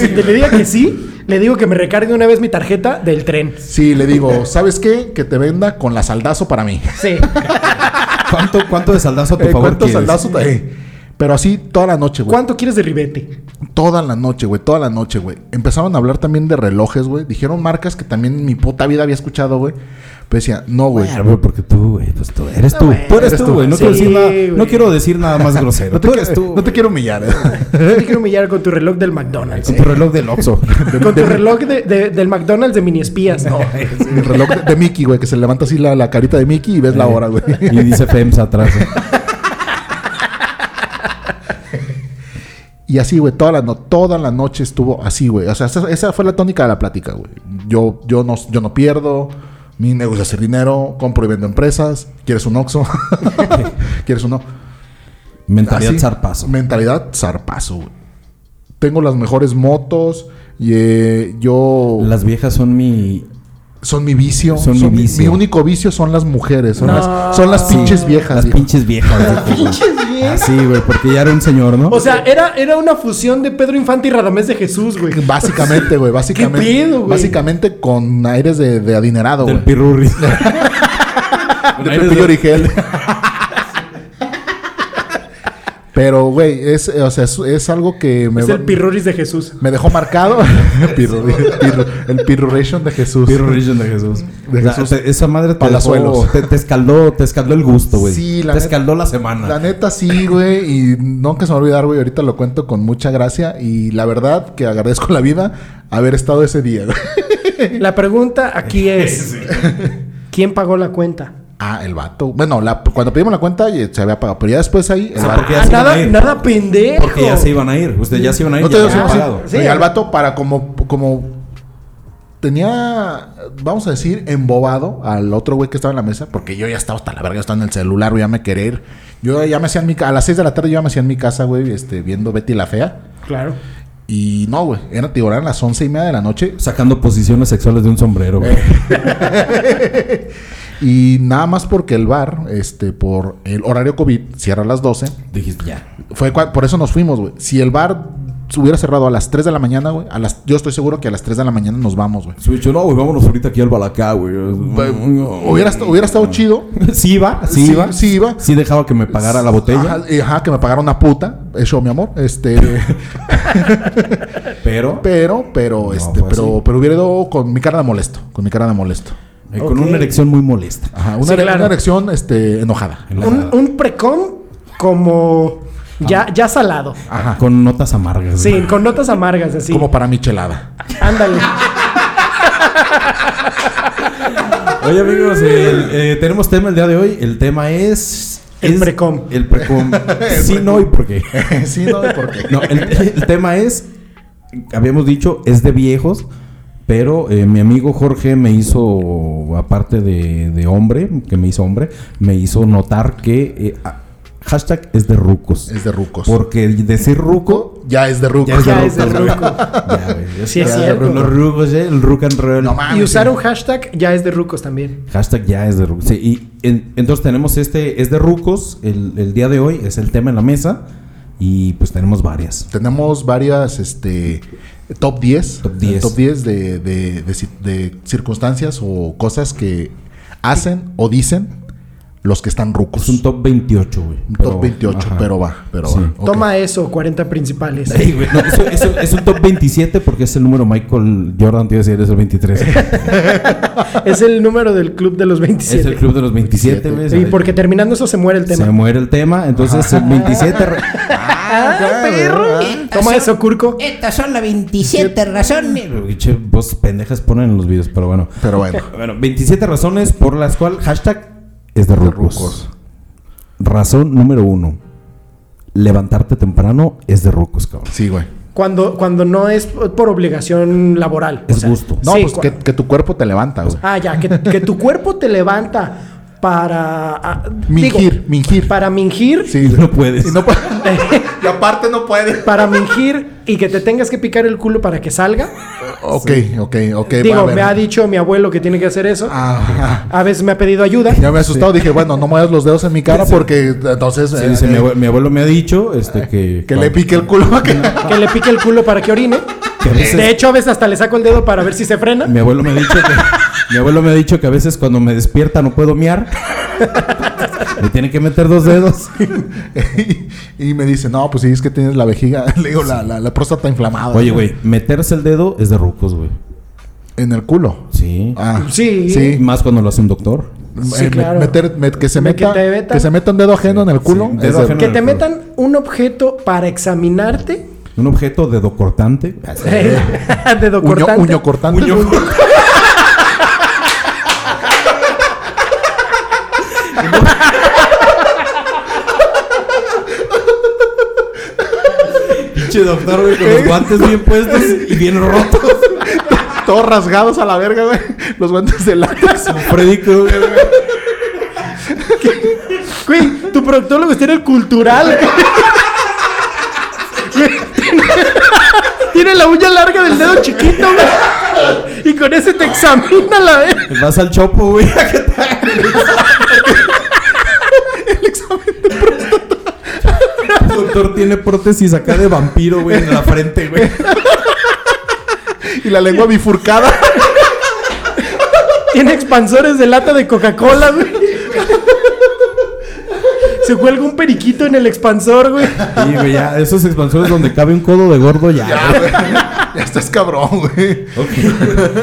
Speaker 3: Si te le diga que sí, le digo que me recargue una vez mi tarjeta del tren.
Speaker 6: sí, le digo, ¿sabes qué? Que te venda con la saldazo para mí.
Speaker 3: Sí.
Speaker 5: ¿Cuánto, ¿Cuánto de saldazo a tu
Speaker 6: Eh,
Speaker 5: favor
Speaker 6: ¿Cuántos
Speaker 5: quieres?
Speaker 6: saldazos? Eh, Pero así toda la noche, güey.
Speaker 3: ¿Cuánto quieres de ribete?
Speaker 6: Toda la noche, güey. Toda la noche, güey. Empezaron a hablar también de relojes, güey. Dijeron marcas que también en mi puta vida había escuchado, güey. Pero decía, no, güey.
Speaker 5: Bueno, güey, porque tú, güey, pues tú eres tú.
Speaker 3: bueno,
Speaker 5: tú eres
Speaker 6: Ah, eres
Speaker 5: tú,
Speaker 6: tú.
Speaker 5: güey. No, quiero
Speaker 3: Sí,
Speaker 5: decir nada-
Speaker 3: güey.
Speaker 5: no quiero decir nada más grosero.
Speaker 6: *laughs* No te,
Speaker 5: tú
Speaker 6: qui-
Speaker 5: eres tú.
Speaker 6: no te quiero humillar. eh.
Speaker 3: Yo te quiero humillar con tu reloj del McDonald's.
Speaker 5: Con *laughs* tu reloj del
Speaker 6: *laughs*
Speaker 5: Oxxo.
Speaker 3: Con tu reloj de- de- del McDonald's de mini espías. No.
Speaker 6: Mi reloj de, de Mickey, güey. Que se levanta así la, la carita de Mickey y ves
Speaker 5: Eh.
Speaker 6: la hora, güey.
Speaker 5: *laughs* y dice FEMSA
Speaker 6: *laughs*
Speaker 5: atrás. güey.
Speaker 6: Y así, güey, toda la, no, toda la noche estuvo así, güey. O sea, esa, esa fue la tónica de la plática, güey. Yo, yo, no, yo no pierdo. Mi negocio es hacer dinero. Compro y vendo empresas. ¿Quieres un Oxxo? *laughs* ¿Quieres un Oxxo?
Speaker 5: Mentalidad
Speaker 6: Así,
Speaker 5: zarpazo.
Speaker 6: Mentalidad zarpazo, güey. Tengo las mejores motos. Y, eh, yo.
Speaker 5: Las viejas son mi.
Speaker 6: son mi vicio.
Speaker 5: Son mi vicio.
Speaker 6: único vicio son las mujeres. Son,
Speaker 3: No.
Speaker 6: las, son las
Speaker 5: Sí,
Speaker 6: pinches viejas.
Speaker 5: Las
Speaker 6: viejo.
Speaker 5: pinches
Speaker 6: *laughs*
Speaker 5: viejas. güey. Así, güey, porque ya era un señor, ¿no?
Speaker 3: O
Speaker 6: Pues,
Speaker 3: sea, era, era una fusión de Pedro Infante y Radamés de Jesús, güey.
Speaker 6: Eh, Básicamente, güey. Básicamente.
Speaker 3: *laughs* ¿Qué pedo, güey?
Speaker 6: Básicamente con aires de, de adinerado,
Speaker 5: del
Speaker 6: güey. *laughs*
Speaker 5: pirurri. *laughs*
Speaker 6: De Pepillo Origel. Pero, güey, es, eh, o sea, es, es algo que me,
Speaker 3: Es el Pirroris de Jesús.
Speaker 6: me
Speaker 5: *laughs*
Speaker 6: dejó marcado. *laughs* Pirru- pirru- el pirruration de Jesús.
Speaker 5: Pirurrision de Jesús.
Speaker 6: De
Speaker 5: O sea,
Speaker 6: Jesús.
Speaker 5: te- esa madre te, dejó,
Speaker 6: Palazuelos.
Speaker 5: te, te escaldó, te escaldó el gusto, güey.
Speaker 6: Sí, la
Speaker 5: Te
Speaker 6: neta-
Speaker 5: escaldó la semana.
Speaker 6: La neta sí, güey, y nunca se me va a olvidar, güey, ahorita lo cuento con mucha gracia y la verdad que agradezco la vida haber estado ese día, güey. *laughs*
Speaker 3: La pregunta aquí es: ¿quién pagó la cuenta?
Speaker 6: Ah, el vato. Bueno, la- cuando pedimos la cuenta eh, se había pagado, pero ya después ahí... el
Speaker 5: sea,
Speaker 6: vato-
Speaker 5: porque- Ya
Speaker 3: Ah,
Speaker 5: se iban
Speaker 3: nada,
Speaker 5: a ir.
Speaker 3: nada pendejo.
Speaker 5: Porque ya se iban a ir. Ustedes ya se iban a ir.
Speaker 6: No te
Speaker 5: ya
Speaker 6: digo
Speaker 5: habían
Speaker 6: así,
Speaker 5: pagado.
Speaker 3: sí.
Speaker 6: no, y el vato para como... como Tenía, vamos a decir, embobado al otro güey que estaba en la mesa, porque yo ya estaba hasta la verga, yo estaba en el celular, güey, ya me quería ir. Yo ya me hacía en mi ca- a las 6 de la tarde yo ya me hacía en mi casa, güey, este, viendo Betty la Fea.
Speaker 3: Claro.
Speaker 6: Y no, güey, era, te digo, eran las once y media de la noche,
Speaker 5: Sacando posiciones sexuales de un sombrero, güey.
Speaker 6: Eh. Y nada más porque el bar, este, por el horario COVID, cierra a las 12.
Speaker 5: Dijiste, ya.
Speaker 6: Fue cua- por eso nos fuimos, güey. Si el bar se hubiera cerrado a las 3 de la mañana, güey, a las, yo estoy seguro que a las 3 de la mañana nos vamos, güey.
Speaker 5: Se hubiera dicho, no, güey, vámonos ahorita aquí al Balacá, güey.
Speaker 6: Mm, Pues, Hubiera, est- hubiera estado chido.
Speaker 5: *laughs* Sí iba, sí,
Speaker 6: Sí,
Speaker 5: iba.
Speaker 6: sí iba.
Speaker 5: Sí dejaba que me pagara la botella.
Speaker 6: Ajá, y- ajá, que me pagaron una puta. Eso, mi amor. Este, *laughs*
Speaker 5: Pero,
Speaker 6: pero, pero,
Speaker 5: No, pues
Speaker 6: este,
Speaker 5: fue
Speaker 6: pero,
Speaker 5: así.
Speaker 6: pero hubiera ido con mi cara de molesto. Con mi cara de molesto.
Speaker 5: eh, con
Speaker 3: Ok.
Speaker 5: una erección muy molesta.
Speaker 6: Ajá, una,
Speaker 3: Sí,
Speaker 6: re-
Speaker 3: claro.
Speaker 6: una erección, este, enojada.
Speaker 5: En la-
Speaker 3: Un, un precom como
Speaker 5: Ah.
Speaker 3: Ya, ya salado.
Speaker 5: Ajá. Con notas amargas.
Speaker 3: Sí,
Speaker 5: güey.
Speaker 3: con notas amargas así.
Speaker 6: Como para michelada.
Speaker 3: Ándale.
Speaker 5: Ah, Oye, amigos, el, eh, tenemos tema el día de hoy. El tema es.
Speaker 3: El
Speaker 5: es-
Speaker 3: precom.
Speaker 5: El precom.
Speaker 6: *laughs*
Speaker 5: sí, no, y por qué.
Speaker 6: *laughs* sí, *laughs* no, ¿por qué?
Speaker 5: No, el, el tema es. Habíamos dicho, es de viejos. Pero eh, mi amigo Jorge me hizo, aparte de, de hombre, que me hizo hombre, me hizo notar que eh, ah, hashtag es de rucos.
Speaker 6: Es de rucos.
Speaker 5: Porque decir ruco
Speaker 6: Ya es de
Speaker 5: Ya es
Speaker 6: rucos.
Speaker 5: de
Speaker 3: Ya es de
Speaker 5: rucos,
Speaker 6: *laughs*
Speaker 3: ruco.
Speaker 5: Ya, güey,
Speaker 3: Sí, es
Speaker 5: ya,
Speaker 3: cierto.
Speaker 5: Los rucos, eh, el rock and roll.
Speaker 6: No mames.
Speaker 3: Y usar un hashtag ya es de rucos también.
Speaker 5: Hashtag ya es de rucos. Sí, y en- entonces tenemos este, es de rucos, el, el día de hoy es el tema en la mesa y pues tenemos varias.
Speaker 6: Tenemos varias, este, top 10.
Speaker 5: Top 10.
Speaker 6: El Top 10 de, de- de ci- de circunstancias o cosas que hacen o dicen los que están rucos.
Speaker 5: Es un top 28, güey.
Speaker 6: Un
Speaker 5: pero-
Speaker 6: top 28,
Speaker 5: ajá.
Speaker 6: pero va, pero
Speaker 5: Sí.
Speaker 6: va. Ok.
Speaker 3: Toma eso, 40 principales.
Speaker 5: *laughs* Sí, güey, no, es, un- es un- es un top 27 porque es el número Michael Jordan, te iba a decir, es el
Speaker 6: *laughs*
Speaker 5: 23.
Speaker 3: Es el número del club de los
Speaker 5: es
Speaker 3: 27.
Speaker 5: el club de los 27, güey.
Speaker 3: Sí, porque terminando eso se muere el
Speaker 5: Se
Speaker 3: tema.
Speaker 5: muere el tema, entonces el 27... re-
Speaker 3: Toma eso, Curco.
Speaker 1: Estas son las 27 razones.
Speaker 5: Che, vos pendejas ponen en los videos, pero bueno. *laughs*
Speaker 6: Pero bueno.
Speaker 5: Bueno, 27 razones por las cuales hashtag es de rucos.
Speaker 6: rucos.
Speaker 5: Razón número uno. Levantarte temprano es de rucos, cabrón.
Speaker 6: Sí, güey.
Speaker 3: Cuando, cuando no es por obligación laboral.
Speaker 5: Es gusto.
Speaker 6: No,
Speaker 3: sí,
Speaker 6: pues
Speaker 3: cua-
Speaker 6: que, que tu cuerpo te levanta, güey.
Speaker 3: Ah, ya, que, que tu cuerpo te levanta para... ah,
Speaker 6: Mingir, mingir.
Speaker 3: Para mingir.
Speaker 6: *laughs* Sí,
Speaker 5: *laughs* No puedes.
Speaker 6: Y,
Speaker 3: *laughs*
Speaker 6: no puede- y aparte no puede.
Speaker 3: Para mingir y que te tengas que picar el culo para que salga.
Speaker 6: Ok, ok, ok. va, a
Speaker 3: Digo,
Speaker 6: ver.
Speaker 3: me ha dicho mi abuelo que tiene que hacer eso.
Speaker 6: Ah, *laughs*
Speaker 3: A veces me ha pedido ayuda.
Speaker 6: ya me he asustado. Dije, bueno, no muevas los dedos en mi cara porque entonces.
Speaker 5: Sí,
Speaker 6: eh,
Speaker 5: dice,
Speaker 6: eh,
Speaker 5: mi, abue- mi abuelo me ha dicho este, que...
Speaker 6: que le pique el culo. *laughs* a que-
Speaker 3: Que le pique el culo para que orine.
Speaker 5: que a veces-
Speaker 3: De hecho, a veces hasta le saco el dedo para ver si se frena.
Speaker 5: mi abuelo me ha dicho que... mi abuelo me ha dicho que a veces cuando me despierta no puedo miar. me tiene que meter dos dedos.
Speaker 6: y, me dice, no, pues sí, es que tienes la vejiga, *laughs* le digo, la, la, la próstata inflamada.
Speaker 5: Oye, güey, meterse el dedo es de rucos, güey.
Speaker 6: En el culo.
Speaker 5: Sí.
Speaker 6: Ah,
Speaker 3: Sí.
Speaker 5: Y
Speaker 6: Sí.
Speaker 5: Más cuando lo hace un doctor.
Speaker 3: Sí,
Speaker 6: Eh,
Speaker 3: claro.
Speaker 6: meter- met- que, se
Speaker 3: Me- que
Speaker 6: meta,
Speaker 3: te
Speaker 6: que,
Speaker 3: metan-
Speaker 6: se meta un dedo ajeno en el culo.
Speaker 5: sí, dedo
Speaker 6: es de-
Speaker 5: ajeno.
Speaker 3: Que te
Speaker 5: Claro.
Speaker 3: metan un objeto para examinarte.
Speaker 5: Un objeto dedocortante.
Speaker 3: *laughs* Dedo
Speaker 6: Eh. Uño,
Speaker 3: cortante.
Speaker 6: uño cortante. *laughs*
Speaker 5: Uño Pinche doctor, güey, con los guantes bien puestos y bien rotos.
Speaker 6: Todos rasgados a la verga, güey. Los guantes de látex.
Speaker 5: Como Freddy Krueger, güey.
Speaker 3: Güey, tu proctólogo está en el cultural. Güey, tiene- Tiene la uña larga del dedo chiquito, güey. Y con ese te examina la vez.
Speaker 5: Vas al chopo, güey. *laughs* El doctor tiene prótesis acá de vampiro, güey, en la frente, güey.
Speaker 6: y la lengua bifurcada.
Speaker 3: Tiene expansores de lata de Coca-Cola, güey. Se cuelga un periquito en el expansor, güey.
Speaker 5: Y, güey, ya, esos expansores donde cabe un codo de gordo, ya.
Speaker 6: ya, güey. Ya estás cabrón, güey.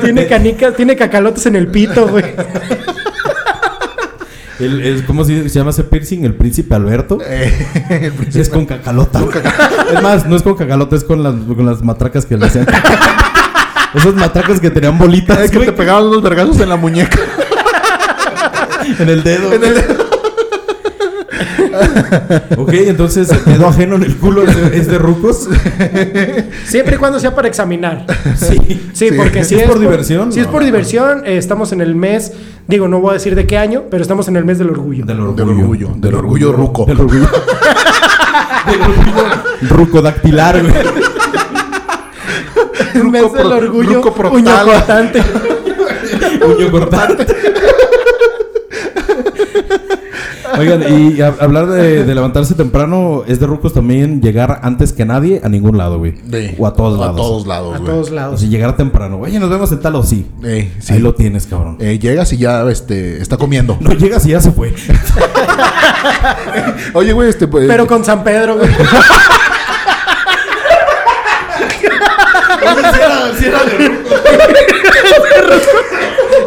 Speaker 3: Tiene canicas, tiene cacalotes en el pito, güey.
Speaker 5: El, el- ¿Cómo se, se llama ese piercing? ¿El príncipe Alberto?
Speaker 6: Eh,
Speaker 5: Sí, es con cacalota. *laughs* es más, no es con cacalota, es con las, con las matracas que le
Speaker 6: *laughs*
Speaker 5: hacían. Esas matracas que tenían bolitas
Speaker 6: es Eh, que
Speaker 5: güey,
Speaker 6: te pegaban unos vergazos en la muñeca.
Speaker 5: *laughs* en el dedo. ok, entonces el dedo ajeno en el culo es de, es de
Speaker 6: *laughs*
Speaker 5: rucos.
Speaker 3: Siempre y cuando sea para examinar.
Speaker 5: Sí.
Speaker 3: Sí,
Speaker 6: Sí.
Speaker 3: porque si
Speaker 5: ¿Es por diversión?
Speaker 3: Si es
Speaker 5: No,
Speaker 3: por
Speaker 5: no.
Speaker 3: diversión, eh, estamos en el mes, digo, no voy a decir de qué año, pero estamos en el mes del orgullo.
Speaker 5: Del orgullo.
Speaker 6: Del orgullo, del orgullo ruco.
Speaker 5: Del
Speaker 6: *laughs*
Speaker 5: orgullo. del orgullo *laughs* rucodactilar, güey.
Speaker 3: El mes
Speaker 6: Ruco
Speaker 3: del
Speaker 6: pro-
Speaker 3: orgullo
Speaker 6: ruco proctal.
Speaker 3: uño
Speaker 5: *laughs*
Speaker 3: cortante.
Speaker 5: Puño cortante. Oigan, y hab- hablar de, de levantarse temprano es de rucos también llegar antes que nadie a ningún lado, güey. O a todos lados.
Speaker 6: A todos lados,
Speaker 3: A
Speaker 6: Pues, güey.
Speaker 3: todos
Speaker 5: O
Speaker 3: lados.
Speaker 5: sea, llegar temprano. Oye, nos vemos en tal o sí.
Speaker 6: Eh, sí.
Speaker 5: Ahí lo tienes, cabrón.
Speaker 6: Eh, llegas y ya este, está comiendo.
Speaker 5: No llegas y ya se fue.
Speaker 6: Oye, güey, este. pues, *laughs*
Speaker 3: Pero con San Pedro, güey. *laughs*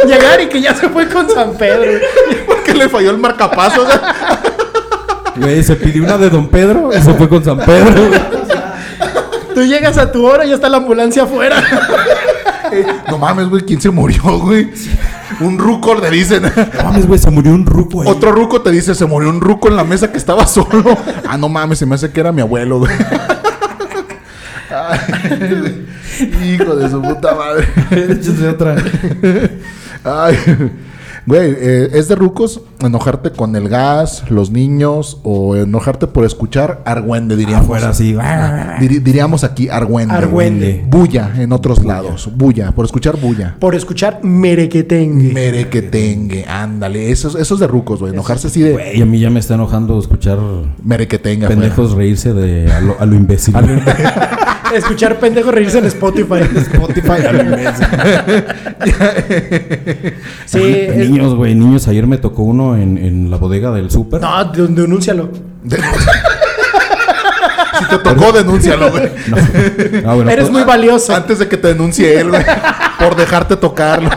Speaker 3: Llegar y que ya se fue con San Pedro. güey.
Speaker 6: ¿Por qué le falló el marcapasos?
Speaker 5: Güey, se pidió una de Don Pedro y se fue con San Pedro. güey.
Speaker 3: Tú llegas a tu hora y ya está la ambulancia afuera. *laughs*
Speaker 6: No mames, güey, ¿quién se murió, güey? Un ruco le dicen.
Speaker 5: No Mames, güey, se murió un ruco ahí.
Speaker 6: Otro ruco te dice, se murió un ruco en la mesa que estaba solo. Ah, no mames, se me hace que era mi abuelo, güey. Ay, Hijo de su puta madre.
Speaker 3: *laughs*
Speaker 5: Échese otra.
Speaker 6: Ay, güey, eh, es de rucos enojarte con el gas, los niños o enojarte por escuchar argüende, diríamos.
Speaker 5: Afuera así.
Speaker 6: Diri- diríamos aquí argüende.
Speaker 3: Argüende.
Speaker 6: Bulla en otros lados. Bulla, por escuchar bulla.
Speaker 3: Por escuchar merequetengue.
Speaker 6: Merequetengue, ándale. Esos, esos de rucos, güey. Enojarse así de
Speaker 5: Güey, a mí ya me está enojando escuchar
Speaker 6: merequetengue. afuera.
Speaker 5: pendejos reírse de a lo, a lo imbécil. *laughs*
Speaker 3: Escuchar pendejos reírse en Spotify.
Speaker 5: Spotify, a lo imbécil.
Speaker 3: Sí. es-
Speaker 5: niños, güey, niños. Ayer me tocó uno en, en la bodega del súper.
Speaker 3: No, de- denúncialo.
Speaker 6: Si te tocó, denúncialo, güey.
Speaker 5: Ah, bueno,
Speaker 3: Eres
Speaker 5: pues-
Speaker 3: muy valioso.
Speaker 6: Antes de que te denuncie él, güey. Por dejarte tocarlo.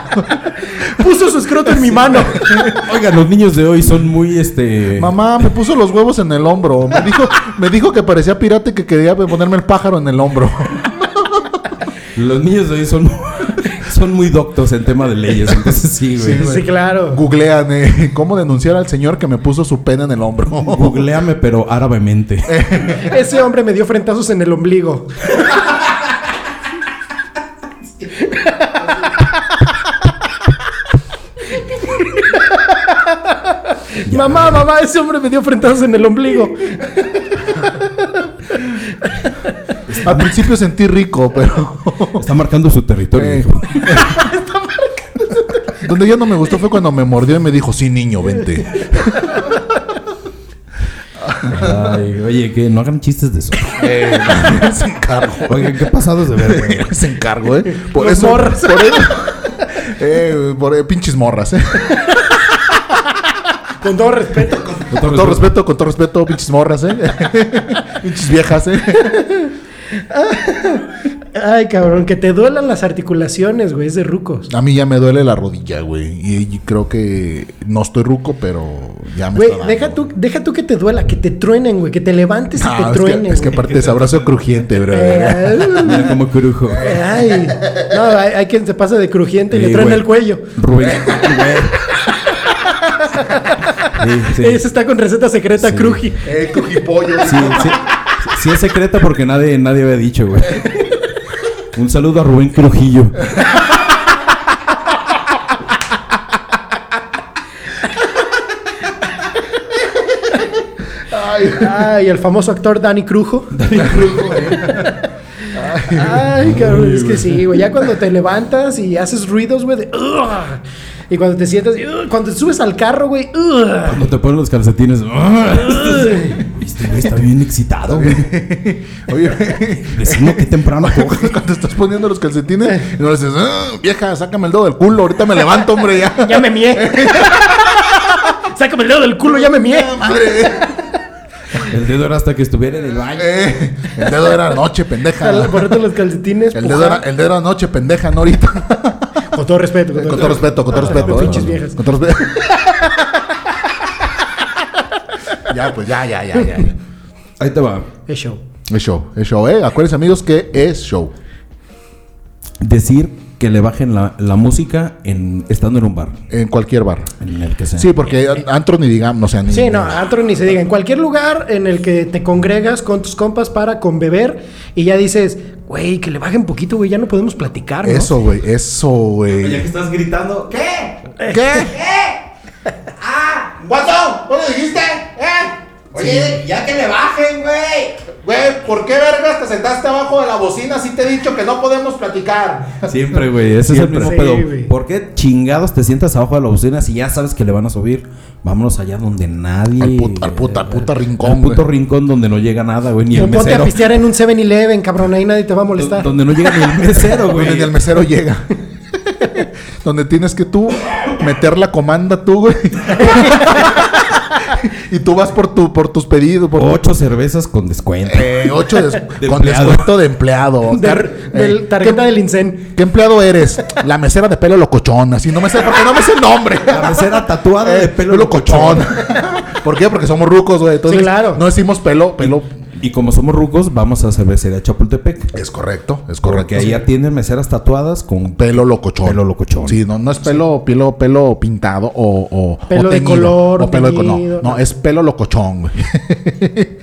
Speaker 3: Puso su escroto en mi mano.
Speaker 5: *laughs* Oigan, los niños de hoy son muy, este...
Speaker 6: Mamá, me puso los huevos en el hombro. Me dijo, me dijo que parecía pirata y que quería ponerme el pájaro en el hombro.
Speaker 5: Los niños de hoy son, *laughs* son muy doctos en tema de leyes. Entonces, sí, güey.
Speaker 3: Sí, claro.
Speaker 6: Googlean, eh, ¿cómo denunciar al señor que me puso su pena en el hombro?
Speaker 5: Googleame, pero árabemente.
Speaker 3: Ese hombre me dio frentazos en el ombligo. mamá, mamá, ese hombre me dio frentazos en el ombligo.
Speaker 6: Al principio sentí rico, pero
Speaker 5: Está marcando su territorio.
Speaker 6: Eh.
Speaker 5: hijo.
Speaker 6: *laughs* donde ya no me gustó fue cuando me mordió y me dijo, sí, niño, vente.
Speaker 5: Ay, oye, que no hagan chistes de eso.
Speaker 6: Eh, *laughs* Se encargo.
Speaker 5: Oigan, qué pasados de ver, güey.
Speaker 6: *laughs* Se encargo, ¿eh? Por
Speaker 3: Los
Speaker 6: eso.
Speaker 3: morros.
Speaker 6: Por eso. Eh, por eh, pinches morras, ¿eh?
Speaker 3: Con todo respeto.
Speaker 6: Con todo respeto, con todo respeto, pinches morras, ¿eh? *laughs* pinches viejas, ¿eh?
Speaker 3: Ay, cabrón, que te duelan las articulaciones, güey, es de rucos.
Speaker 6: A mí ya me duele la rodilla, güey. Y, y creo que no estoy ruco, pero ya me
Speaker 3: Güey,
Speaker 6: está dando,
Speaker 3: deja tú, deja tú que te duela, que te truenen, güey, que te levantes
Speaker 6: No,
Speaker 3: y te
Speaker 6: es,
Speaker 3: truenen.
Speaker 6: que, es que
Speaker 3: güey.
Speaker 6: aparte es abrazo crujiente, bro. *laughs*
Speaker 3: Eh,
Speaker 5: Mira como curujo.
Speaker 3: Ay, no, hay, hay quien se pasa de crujiente y le
Speaker 5: Sí,
Speaker 3: truena
Speaker 5: güey.
Speaker 3: el cuello.
Speaker 5: Rubén,
Speaker 3: *laughs*
Speaker 5: güey. Sí, sí.
Speaker 3: Ese está con receta secreta,
Speaker 5: Sí.
Speaker 3: cruji.
Speaker 6: eh, crujipollo.
Speaker 5: Sí, sí, sí es secreta porque nadie, nadie había dicho, güey. Un saludo a Rubén Crujillo.
Speaker 3: Ay, el famoso actor Danny eh. Crujo. Ay, cabrón, es que sí, güey. Ya cuando te levantas y haces ruidos, güey, de. "Ugh", y cuando te sientas, "Ugh", cuando te subes al carro, güey. "Ugh".
Speaker 5: Cuando te ponen
Speaker 3: *laughs*
Speaker 5: los calcetines. Este güey está bien excitado, güey.
Speaker 6: Oye,
Speaker 5: Decimos que temprano
Speaker 3: *laughs*
Speaker 5: coge.
Speaker 6: *laughs* cuando estás poniendo los calcetines,
Speaker 3: Eh.
Speaker 6: y no le dices, "Ah, vieja, sácame el dedo del culo, ahorita me levanto, hombre, ya.
Speaker 3: *laughs* Ya me mié. Sácame el dedo del culo, ya me
Speaker 6: *laughs*
Speaker 3: mié.
Speaker 6: Madre,
Speaker 5: El dedo era hasta que estuviera en el baño.
Speaker 6: eh. El dedo era noche, pendeja.
Speaker 3: *laughs* Ponerte los calcetines.
Speaker 6: Ah. El dedo, era,
Speaker 3: pujar.
Speaker 6: el dedo era noche, pendeja, no ahorita.
Speaker 3: Con todo respeto, con
Speaker 6: Con todo respeto, con todo respeto.
Speaker 3: Pinches
Speaker 6: eh.
Speaker 3: viejas.
Speaker 6: Con todo respeto. *laughs* Ya, pues ya, ya, ya, ya. ya.
Speaker 5: Ahí te va.
Speaker 3: Es show.
Speaker 6: Es show, es show, ¿eh? Acuérdense, amigos, que es show.
Speaker 5: Decir que le bajen la, la música en, estando en un bar.
Speaker 6: En cualquier bar.
Speaker 5: En el que sea.
Speaker 6: Sí, porque an- antro ni digamos, no sea ni.
Speaker 3: Sí, no, antro ni se diga. En cualquier lugar en el que te congregas con tus compas para con beber y ya dices, güey, que le bajen poquito, güey, ya no podemos platicar, ¿no?".
Speaker 6: Eso, güey, eso,
Speaker 7: Ya que
Speaker 6: güey.
Speaker 7: estás gritando, ¿qué?
Speaker 6: ¿Qué?
Speaker 7: ¡Guato! ¿No lo dijiste? ¿Eh? Oye, ya que le bajen, güey. Güey, ¿por qué vergas te sentaste abajo de la bocina si te he dicho que no podemos platicar?
Speaker 3: *laughs*
Speaker 5: Siempre, güey. Ese
Speaker 3: Siempre.
Speaker 5: es el
Speaker 3: Sí,
Speaker 5: mismo pedo.
Speaker 3: güey.
Speaker 5: ¿Por qué chingados te sientas abajo de la bocina si ya sabes que le van a subir? Vámonos allá donde nadie.
Speaker 6: Al puto- al puto- al puto rincón,
Speaker 5: Al puto
Speaker 6: güey.
Speaker 5: rincón donde no llega nada, güey. Ni
Speaker 3: O
Speaker 5: el
Speaker 3: ponte a
Speaker 5: mesero.
Speaker 3: pistear en un 7-Eleven, cabrón, ahí nadie te va a
Speaker 5: Do-
Speaker 3: molestar.
Speaker 5: Donde no llega ni el
Speaker 3: *laughs*
Speaker 5: mesero, güey.
Speaker 6: Donde ni el mesero llega. *laughs* Donde tienes que tú meter la comanda tú, güey. *laughs* y tú vas por tu por tus pedidos. Por
Speaker 5: Ocho cervezas con descuento.
Speaker 6: Eh, ocho des- con
Speaker 5: empleado.
Speaker 6: descuento de empleado.
Speaker 3: De-
Speaker 6: Tar-
Speaker 3: del-
Speaker 6: eh,
Speaker 3: tarjeta
Speaker 6: ¿qué,
Speaker 3: del INSEN.
Speaker 6: qué empleado eres? La mesera de pelo locochón. Así no me sé, porque no me sé el nombre.
Speaker 5: La mesera tatuada
Speaker 6: *laughs* Eh,
Speaker 5: de pelo
Speaker 6: locochón. ¿Por qué? Porque somos rucos, güey. Entonces,
Speaker 3: Sí, claro.
Speaker 6: no decimos pelo, pelo.
Speaker 5: Y como somos rucos, vamos a cervecería Chapultepec.
Speaker 6: Es correcto, es correcto.
Speaker 5: Porque ahí atienden meseras tatuadas con
Speaker 6: Pelo locochón.
Speaker 5: Pelo locochón.
Speaker 6: Sí, no, no es pelo, pelo, pelo pintado o, o
Speaker 3: Pelo
Speaker 6: o
Speaker 3: de color,
Speaker 6: o pelo de color. No,
Speaker 3: teñido,
Speaker 6: no,
Speaker 3: no.
Speaker 6: es pelo locochón, güey. *laughs*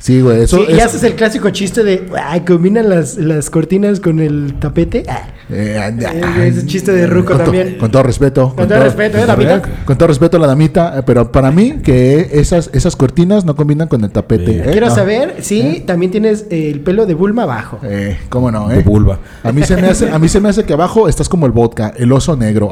Speaker 6: sí, güey. Eso
Speaker 3: Sí, y
Speaker 6: es-
Speaker 3: haces el clásico chiste de, ay, combinan las, las cortinas con el tapete. Ah,
Speaker 6: Eh, and-
Speaker 3: Eh, es un chiste de ruco
Speaker 6: con to-
Speaker 3: también.
Speaker 6: con todo respeto.
Speaker 3: Con todo respeto, ¿eh, damita?
Speaker 6: Con todo respeto a la damita, eh, pero para mí que esas, esas cortinas no combinan con el tapete.
Speaker 5: Sí.
Speaker 6: ¿eh?
Speaker 3: Quiero
Speaker 6: No.
Speaker 3: saber si también tienes eh, el pelo de Bulma abajo.
Speaker 6: Eh, ¿Cómo no?
Speaker 5: de
Speaker 6: Eh?
Speaker 5: vulva.
Speaker 6: A mí, se me hace, a mí se me hace que abajo estás como el vodka, el oso
Speaker 3: *laughs*
Speaker 6: negro.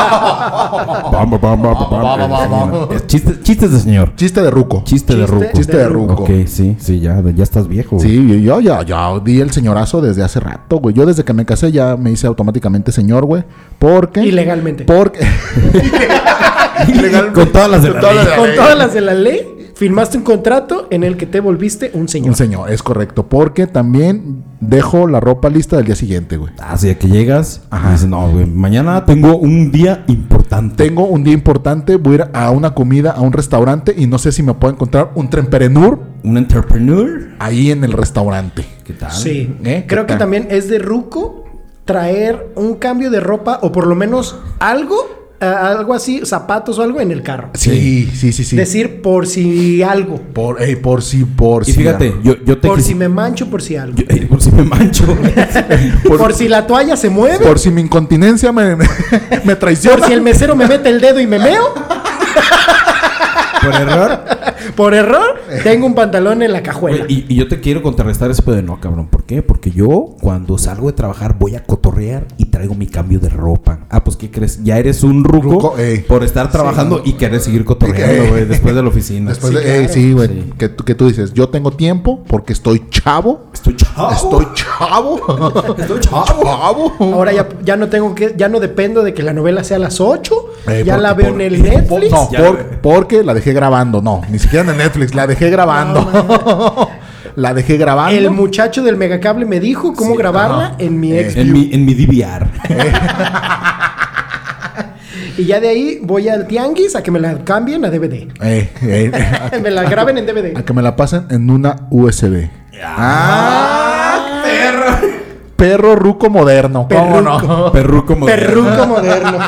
Speaker 5: Bam, bam, bam, bam,
Speaker 6: va, va, va,
Speaker 5: bam.
Speaker 6: va.
Speaker 5: Es chiste- Chistes de señor.
Speaker 6: Chiste de ruco.
Speaker 5: Chiste de ruco.
Speaker 6: Chiste de ruco.
Speaker 5: Ok, sí, sí, ya, ya estás viejo. güey.
Speaker 6: Sí, yo, yo, yo, yo di el señorazo desde hace rato, güey. Yo desde que me casé ya me hice automáticamente señor, güey. Porque.
Speaker 3: Ilegalmente.
Speaker 6: Porque.
Speaker 5: *laughs* Con todas las de la ley.
Speaker 3: Con todas las de la ley, firmaste un contrato en el que te volviste un señor.
Speaker 6: Un señor, es correcto. Porque también dejo la ropa lista del día siguiente, güey.
Speaker 5: Así Ah, que llegas, y dices, no, güey, mañana tengo un día importante.
Speaker 6: Tengo un día importante, voy a ir a una comida, a un restaurante y no sé si me puedo encontrar un tremperenur
Speaker 5: Un entrepreneur.
Speaker 6: ahí en el restaurante.
Speaker 5: ¿Qué tal?
Speaker 3: Sí.
Speaker 6: ¿Eh?
Speaker 3: Creo que
Speaker 6: ¿Qué tal?
Speaker 3: también es de ruco traer un cambio de ropa o por lo menos algo, eh, algo así, zapatos o algo en el carro.
Speaker 6: Sí, sí, sí, sí.
Speaker 3: Decir por si algo.
Speaker 6: Por, ey, por si, por
Speaker 5: Y
Speaker 6: si.
Speaker 5: fíjate, yo, yo te
Speaker 3: Por
Speaker 5: quis-
Speaker 3: si me mancho, por si algo.
Speaker 5: yo- *laughs* eh, por si me mancho.
Speaker 3: Por, si la toalla se mueve.
Speaker 6: Por si mi incontinencia me, *laughs* me, me traiciona.
Speaker 3: Por si el mesero me mete el dedo y me meo.
Speaker 5: Por error.
Speaker 3: Por error, tengo un pantalón en la cajuela.
Speaker 5: Y, y yo te quiero contrarrestar eso de no, cabrón. ¿Por qué? Porque yo cuando salgo de trabajar voy a cotorrear y traigo mi cambio de ropa. Ah, pues ¿qué crees? Ya eres un ruco,
Speaker 6: Ruco, ey.
Speaker 5: por estar trabajando y querer seguir cotorreando,
Speaker 6: Ey.
Speaker 5: güey, después
Speaker 6: *laughs*
Speaker 5: de la oficina.
Speaker 6: Después
Speaker 5: Sí,
Speaker 6: de,
Speaker 5: claro.
Speaker 6: ey, sí, güey.
Speaker 5: Sí.
Speaker 6: Que, tú- que tú dices, yo tengo tiempo porque estoy chavo.
Speaker 5: Estoy chavo.
Speaker 6: Estoy chavo.
Speaker 5: Ah, *laughs* Estoy chavo.
Speaker 6: chavo.
Speaker 3: Ahora ya, ya no tengo que, ya no dependo de que la novela sea a las 8.
Speaker 6: Eh,
Speaker 3: ya
Speaker 6: por-
Speaker 3: la veo en
Speaker 6: por-
Speaker 3: el Netflix.
Speaker 6: No,
Speaker 5: Ya
Speaker 6: por-
Speaker 5: la ve.
Speaker 6: porque la dejé grabando. No, ni siquiera en el Netflix. La dejé grabando. *laughs* la dejé grabando.
Speaker 3: el muchacho del megacable me dijo cómo grabarla en mi
Speaker 6: Eh,
Speaker 3: ex.
Speaker 5: En mi, en mi DVR.
Speaker 6: *laughs*
Speaker 3: Y ya de ahí voy al tianguis a que me la cambien a DVD.
Speaker 6: Eh, eh, a,
Speaker 3: *laughs* me la graben en DVD.
Speaker 6: a que me la pasen en una USB. perro. Ah, Perro ruco moderno. ¿Cómo no?
Speaker 3: *laughs*
Speaker 5: *laughs* Perruco moderno.
Speaker 3: Perruco moderno.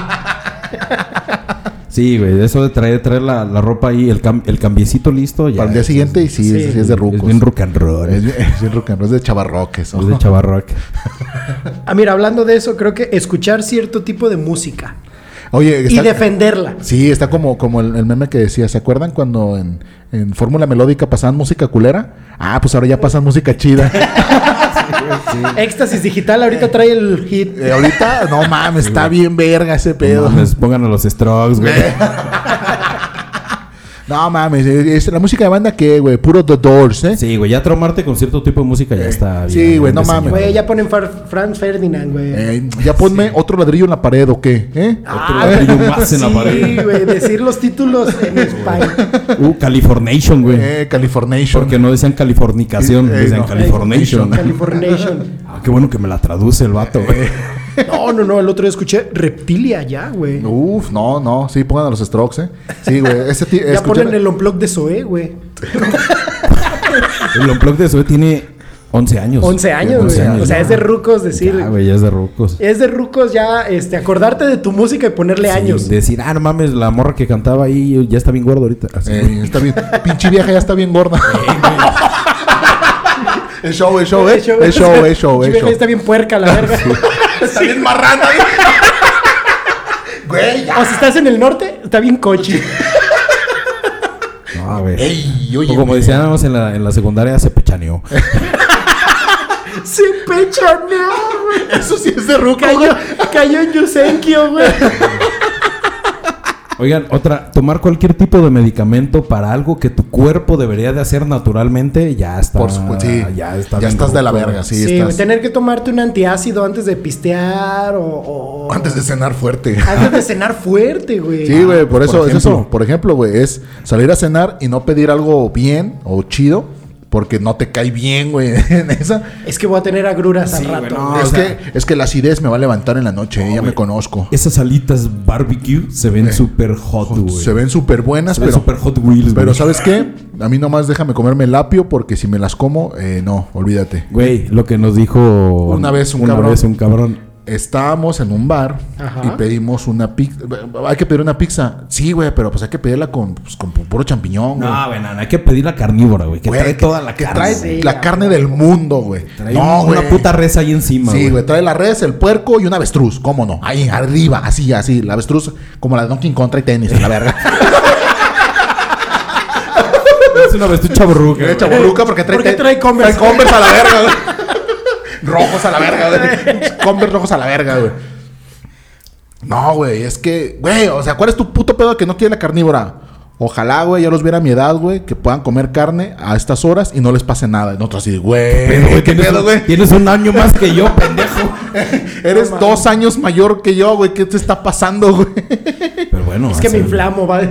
Speaker 5: Sí, güey, eso de traer, traer la, la ropa ahí, el, cam- el cambiecito listo. Ya,
Speaker 6: Para el día
Speaker 5: es-
Speaker 6: siguiente, y sí,
Speaker 3: Sí.
Speaker 6: sí, es de rucos.
Speaker 5: Es bien rock and roll.
Speaker 6: Es
Speaker 5: Es,
Speaker 6: bien- es bien rock and roll, es de chavarroques.
Speaker 5: de
Speaker 6: *laughs* ¿no?
Speaker 5: chavarrock.
Speaker 3: Ah, mira, hablando de eso, creo que escuchar cierto tipo de música
Speaker 6: Oye,
Speaker 3: y
Speaker 6: está-
Speaker 3: defenderla.
Speaker 6: Sí, está como, como el, el meme que decía, ¿se acuerdan cuando en, en Fórmula Melódica pasaban música culera? Ah, pues ahora ya pasan música chida.
Speaker 3: Éxtasis digital ahorita trae el hit.
Speaker 6: Eh, ahorita, no mames, está bien verga ese
Speaker 5: No
Speaker 6: pedo.
Speaker 5: mames, pongan a los strokes, güey.
Speaker 6: No mames, eh, es la música de banda que, güey, puro The Doors, ¿eh? Sí,
Speaker 5: Sí, güey, ya traumarte con cierto tipo de música ya está
Speaker 6: Eh, Sí,
Speaker 5: bien,
Speaker 6: güey,
Speaker 5: bien
Speaker 6: no
Speaker 5: de
Speaker 6: mames.
Speaker 5: señor.
Speaker 3: Güey, ya ponen Far- Franz Ferdinand, güey. Ah,
Speaker 6: Eh, ya ponme otro ladrillo en la pared o qué, ¿eh?
Speaker 5: Otro ladrillo más en la
Speaker 3: sí,
Speaker 5: pared.
Speaker 3: güey, decir los títulos en español.
Speaker 5: Uh, Californation, güey.
Speaker 6: Eh, Californation.
Speaker 5: Porque no decían californicación,
Speaker 6: Eh,
Speaker 5: decían
Speaker 6: no. Eh,
Speaker 5: californation.
Speaker 3: Californation.
Speaker 5: Ah, qué bueno que me la traduce el vato, güey.
Speaker 3: No, no, no, el otro día escuché Reptilia ya, güey.
Speaker 6: Uf, no, no, sí, pongan a los Strokes, ¿eh? Sí, güey, ese tío...
Speaker 3: ya ponen el unplug de Zoé, güey.
Speaker 5: El unplug de Zoe tiene 11 años.
Speaker 3: 11 años,
Speaker 5: 11
Speaker 3: güey. O sea,
Speaker 5: ya.
Speaker 3: es de rucos decir.
Speaker 5: Ya, güey, ya es de rucos.
Speaker 3: Es de rucos ya este, acordarte de tu música y ponerle
Speaker 5: Sí,
Speaker 3: años.
Speaker 5: Decir, ah, no mames, la morra que cantaba ahí ya está bien gorda ahorita. Así,
Speaker 6: Eh, está bien. Pinche vieja ya está bien gorda. Es show, es show, eh. Es show, es show,
Speaker 3: *laughs*
Speaker 6: es show.
Speaker 3: Pinche vieja Está bien puerca
Speaker 6: *laughs*
Speaker 3: la verga.
Speaker 7: Está bien marrana, ¿eh? Güey, ya.
Speaker 3: O si estás en el norte, está bien coche.
Speaker 5: No, güey.
Speaker 6: Ey, oye,
Speaker 5: o como
Speaker 6: güey.
Speaker 5: decíamos en la, en la secundaria, se pechaneó.
Speaker 3: Se pechoneó, güey.
Speaker 6: Eso sí es de ruca.
Speaker 3: Cayó, cayó en Yusenkio, güey.
Speaker 5: Oigan, otra, tomar cualquier tipo de medicamento para algo que tu cuerpo debería de hacer naturalmente, ya está.
Speaker 6: Por supuesto, sí.
Speaker 5: Ah, Ya, está
Speaker 6: Ya
Speaker 5: bien
Speaker 6: estás de la
Speaker 5: ruco.
Speaker 6: verga, sí.
Speaker 3: Sí,
Speaker 6: estás-
Speaker 3: güey, tener que tomarte un antiácido antes de pistear o. o-
Speaker 6: Antes de cenar fuerte.
Speaker 3: antes
Speaker 6: *laughs*
Speaker 3: de cenar fuerte, güey.
Speaker 6: Sí, güey, por
Speaker 5: Por
Speaker 6: eso es
Speaker 5: ejemplo.
Speaker 6: eso. Por ejemplo, güey, es salir a cenar y no pedir algo bien o chido porque no te cae bien, güey, *laughs* en esa.
Speaker 3: Es que voy a tener agruras al rato.
Speaker 5: no.
Speaker 6: es,
Speaker 5: o sea-
Speaker 6: que, es que la acidez me va a levantar en la noche, eh, ya me conozco.
Speaker 5: Esas alitas barbecue se ven súper hot, güey.
Speaker 6: Se ven súper buenas,
Speaker 5: Se ven
Speaker 6: pero,
Speaker 5: súper hot wheels,
Speaker 6: pero
Speaker 5: güey.
Speaker 6: ¿sabes qué? A mí nomás déjame comerme el apio porque si me las como, eh, no, olvídate.
Speaker 5: Güey, lo que nos dijo.
Speaker 6: Una vez un
Speaker 5: una
Speaker 6: cabrón.
Speaker 5: vez un cabrón.
Speaker 6: Estábamos en un bar y pedimos una pizza. Hay que pedir una pizza. Sí, güey, pero pues hay que pedirla con, pues, con puro champiñón, güey.
Speaker 5: No, güey, no, no, hay que pedir la carnívora, güey. Que
Speaker 6: Güey,
Speaker 5: trae
Speaker 6: que-
Speaker 5: toda la
Speaker 6: que
Speaker 5: carne.
Speaker 6: trae
Speaker 5: güey.
Speaker 6: la carne del mundo, güey.
Speaker 5: Trae
Speaker 6: No,
Speaker 5: un- una
Speaker 6: güey.
Speaker 5: puta res ahí encima,
Speaker 6: Sí, güey, trae la res, el puerco y un avestruz, cómo no. Ahí arriba, así, así. La avestruz, como la de Donkey Kong, trae tenis,
Speaker 5: *laughs*
Speaker 6: la verga.
Speaker 5: Es una vez tu chaburruca.
Speaker 6: Trae
Speaker 5: güey.
Speaker 6: chaburruca porque trae,
Speaker 3: ¿Por qué
Speaker 6: te-
Speaker 3: trae Converse?
Speaker 6: Trae Converse a la verga, güey. *laughs* Rojos a la verga, güey. *laughs* Converse rojos a la verga, güey. No, güey, es que, güey, o sea, ¿cuál es tu puto pedo que no tiene la carnívora? Ojalá, güey, ya los viera a mi edad, güey, que puedan comer carne a estas horas y no les pase nada. Y nosotros así,
Speaker 5: Pero,
Speaker 6: güey,
Speaker 5: güey,
Speaker 6: ¿qué
Speaker 5: tienes-
Speaker 6: pedo, güey?
Speaker 5: Tienes un año más que yo, pendejo.
Speaker 6: Eres dos años mayor que yo, güey. ¿Qué te está pasando, güey?
Speaker 5: Pero bueno.
Speaker 3: Es que
Speaker 5: o
Speaker 3: me
Speaker 5: sea,
Speaker 3: inflamo,
Speaker 6: *laughs*
Speaker 3: ¿vale?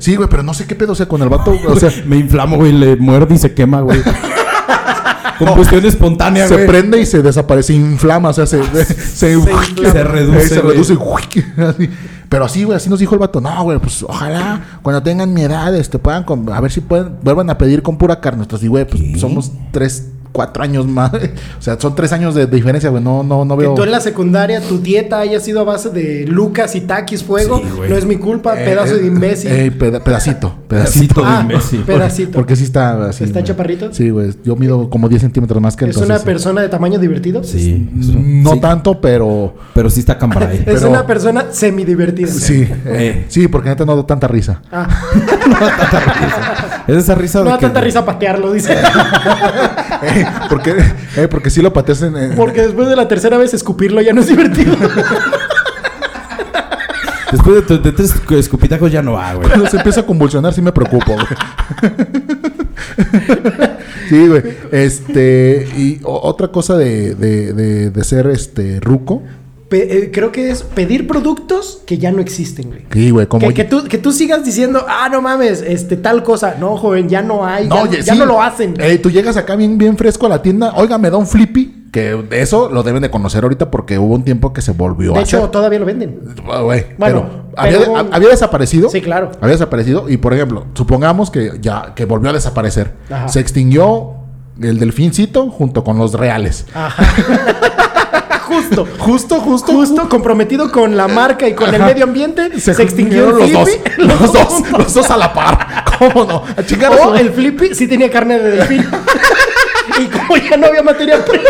Speaker 6: Sí, güey, pero no sé qué pedo, o sea, con el vato,
Speaker 5: *laughs*
Speaker 6: o sea,
Speaker 5: me inflamo, güey. Le muerde y se quema, güey. Combustión espontánea,
Speaker 6: se
Speaker 5: güey.
Speaker 6: prende y se desaparece, inflama, o sea, se, se,
Speaker 5: Se reduce,
Speaker 6: se
Speaker 5: güey.
Speaker 6: reduce, *laughs* así. Pero así, güey, así nos dijo el vato, no, güey, pues ojalá cuando tengan mi edad, este, puedan, com- a ver si pueden, vuelvan a pedir con pura carne. Entonces, güey, pues somos tres, cuatro años más, *laughs* o sea, son tres años de, de diferencia, güey, no, no, no
Speaker 3: Que
Speaker 6: veo.
Speaker 3: tú en la secundaria tu dieta haya sido a base de Lucas y Takis Fuego.
Speaker 5: Sí, güey.
Speaker 3: no es mi culpa,
Speaker 6: Eh,
Speaker 3: pedazo
Speaker 6: eh,
Speaker 3: de imbécil.
Speaker 6: eh, peda- pedacito, pedacito.
Speaker 5: Pedacito de
Speaker 3: Ah,
Speaker 5: imbécil.
Speaker 3: pedacito.
Speaker 6: Porque sí está así.
Speaker 3: ¿Está
Speaker 6: güey.
Speaker 3: chaparrito?
Speaker 6: Sí, güey. Yo mido como 10 centímetros más que él.
Speaker 3: ¿Es una
Speaker 6: entonces,
Speaker 3: persona de tamaño divertido?
Speaker 5: Sí.
Speaker 6: sí.
Speaker 5: eso.
Speaker 6: No
Speaker 5: Sí,
Speaker 6: tanto, pero.
Speaker 5: Pero sí está eh. cambray.
Speaker 3: *laughs* Es
Speaker 6: pero-
Speaker 3: una persona semidivertida.
Speaker 6: Sí. eh, sí, porque neta no da
Speaker 3: *laughs*
Speaker 6: tanta risa. *laughs*
Speaker 3: Ah,
Speaker 5: Es esa risa
Speaker 3: no
Speaker 5: de
Speaker 3: da
Speaker 5: que-
Speaker 3: tanta risa patearlo, dice. *laughs*
Speaker 6: Eh, porque, eh, porque sí lo pateas en. en-
Speaker 3: Porque después de la tercera vez escupirlo ya no es divertido.
Speaker 5: Después de, tu- de tres escupitajos ya no va, güey.
Speaker 6: *laughs* cuando se empieza a convulsionar, sí me preocupo, güey. *laughs* sí, güey. Este. Y o- otra cosa de, de, de, de ser este ruco.
Speaker 3: Pe- eh, creo que es pedir productos que ya no existen, güey.
Speaker 6: Sí, güey, como.
Speaker 3: Que, que tú, que tú sigas diciendo, ah, no mames, este, tal cosa. No, joven, ya no hay.
Speaker 6: No,
Speaker 3: ya,
Speaker 6: oye,
Speaker 3: ya
Speaker 6: sí.
Speaker 3: no lo hacen.
Speaker 6: Ey, tú llegas acá bien, bien fresco a la tienda. Oiga, me da un flippy. Que de eso lo deben de conocer ahorita porque hubo un tiempo que se volvió
Speaker 3: de
Speaker 6: a
Speaker 3: hecho,
Speaker 6: hacer.
Speaker 3: todavía lo venden.
Speaker 6: Ah, güey,
Speaker 3: Bueno,
Speaker 6: pero había,
Speaker 3: pero-
Speaker 6: ha- había desaparecido.
Speaker 3: Sí, claro.
Speaker 6: Había desaparecido. Y por ejemplo, supongamos que ya que volvió a desaparecer.
Speaker 3: Ajá.
Speaker 6: Se extinguió el delfincito junto con los reales.
Speaker 3: Justo.
Speaker 6: *laughs* Justo, justo,
Speaker 3: Justo comprometido con la marca y con el medio ambiente, se, extinguió el
Speaker 6: los dos.
Speaker 3: Flippy.
Speaker 6: *laughs*
Speaker 3: *laughs*
Speaker 6: Los dos, los dos a la par. *laughs* ¿Cómo no? A chingar a su-
Speaker 3: O el Flippy sí tenía carne de delfín. *laughs* y como ya no había materia prima,